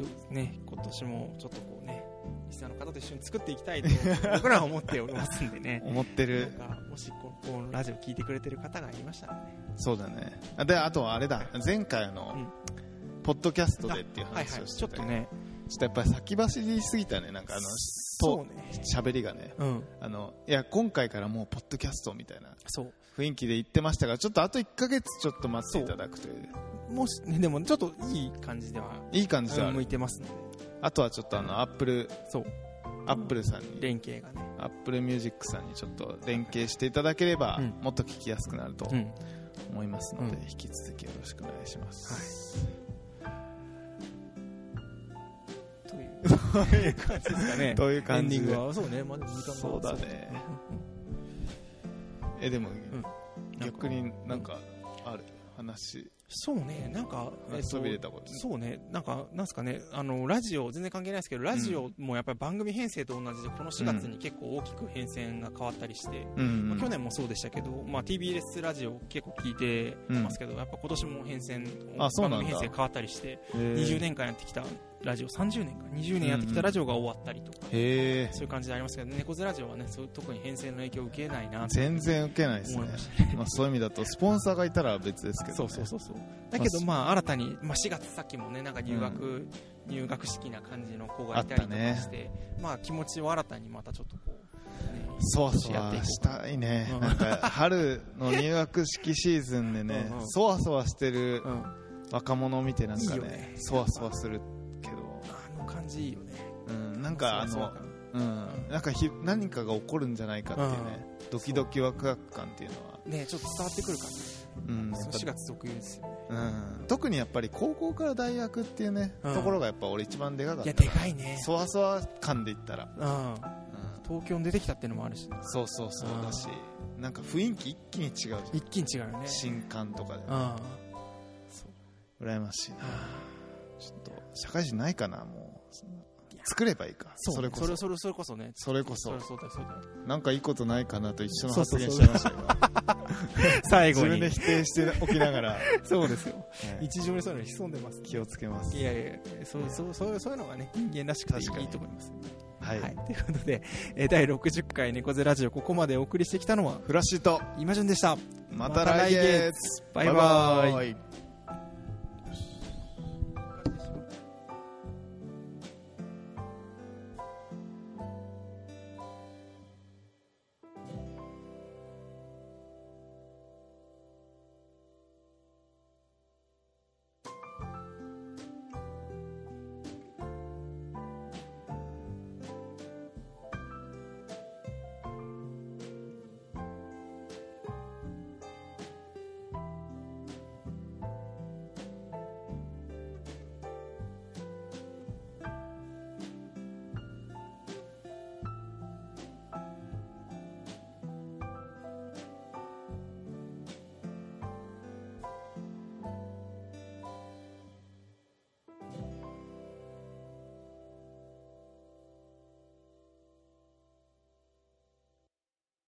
よね、今年もちょっとこうね、リスナーの方と一緒に作っていきたいと僕らは思っておりますんでね。
思って
なん
る
か、もしここのラジオ聞いてくれてる方がいましたらね。
そうだねあであとはあれだ前回の
うん
ポッドキャストでっていう
はいは
話
い。
をし
ち
て
ょったと
けど
ね、
ちょっとやっぱり先走りすぎたねなんかあの
そうね。
喋りがね
うん。
あのいや今回からもうポッドキャストみたいな
そう。
雰囲気で言ってましたからちょっとあと1ヶ月ちょっと待っていただくという
もし、ね、でもちょっといい感じではい
い感じではあ
向
る
いてますね。
あとはちょっとあのアップル
そう。
アップルさんに
連携がね。
アップルミュージックさんにちょっと連携していただければ、
うん
もっと聞きやすくなると
うん。
思いますので、
うん
引き続きよろしくお願いします、
という (laughs) 感じですかね。
という
エン
感
デ
じ
ィン
で
グは、そうね。まあ、でも時間が
そうだ。ねえでも、逆になんかある話
そうね。なんか、
話しそびれたこと
そうね。なんか、なんすかね。あの、ラジオ、全然関係ないですけど、ラジオもやっぱり番組編成と同じで、この4月に結構大きく変遷が変わったりして、
うん
まあ去年もそうでしたけど、まあ、TBS ラジオ結構聞いてますけど、やっぱ今年も変遷、
あそうな
番
んだ
組編成変わったりして、20
20
年間やってきたラジオ30年か20年やってきたラジオが終わったりとか、
へえ
そういう感じでありますけど猫背ラジオはねそう特に編成の影響を受けないなと
全然受けないです
思
ね
いましたね
まあ、そういう意味だとスポンサーがいたら別ですけど、ね、
そうそうそうそうだけどまあ新たに、まあ、4月さっきもねなんか入学、入学式な感じの子がいたりとか
あったね
して、まあ気持ちを新たにまたちょっとこう、ね
そわそ
やってい
わ
こう
したいね、
うん
なんか春の入学式シーズンでね
うんうん
そわそわしてる
うん、あ
若者を見てなんか
いいよ
ね
ね
そわそわするけ
の感じいいよね
ど、うん、なんかあ
そう
の
そう
うん、なんかひ何かが起こるんじゃないかっていうね、ドキドキワクワク感っていうのは、
ねちょっと伝わってくる感じ、
うんや
そ
っ
の4月特有ですよね
ぱうん、特にやっぱり高校から大学っていうね、
うん
ところがやっぱ俺一番でかかっ
いや
た
でかいね
そわそわ感で言ったら、
うん
うん、
東京に出てきたっていうのもあるし
そうそうそう
うん
だしなんか雰囲気一気に違うじゃん
一気に違うよね
新刊とかで
うんそう
羨ましいな
はあ
ちょっと社会人ないかなもう作ればいいかそれこそ
それそれこそね
それこそ
れそうだそうだ
なんかいいことないかなと一緒の
そうそ
発
う
言
そう
しちゃいましたよ
最
自
後
分
に
で否定しておきながら、は
そうですよ (laughs)
い
一常にそういうの潜んでます
気をつけます
いやいやいやそうそうそういうそういうのがね人間らしくて
確か
い
に
いと思います
はい、
はい、ということで、えー第60回猫背ラジオここまでお送りしてきたのは
フラッシュと
今順でした
また
また来
来月
月バイバイ
イ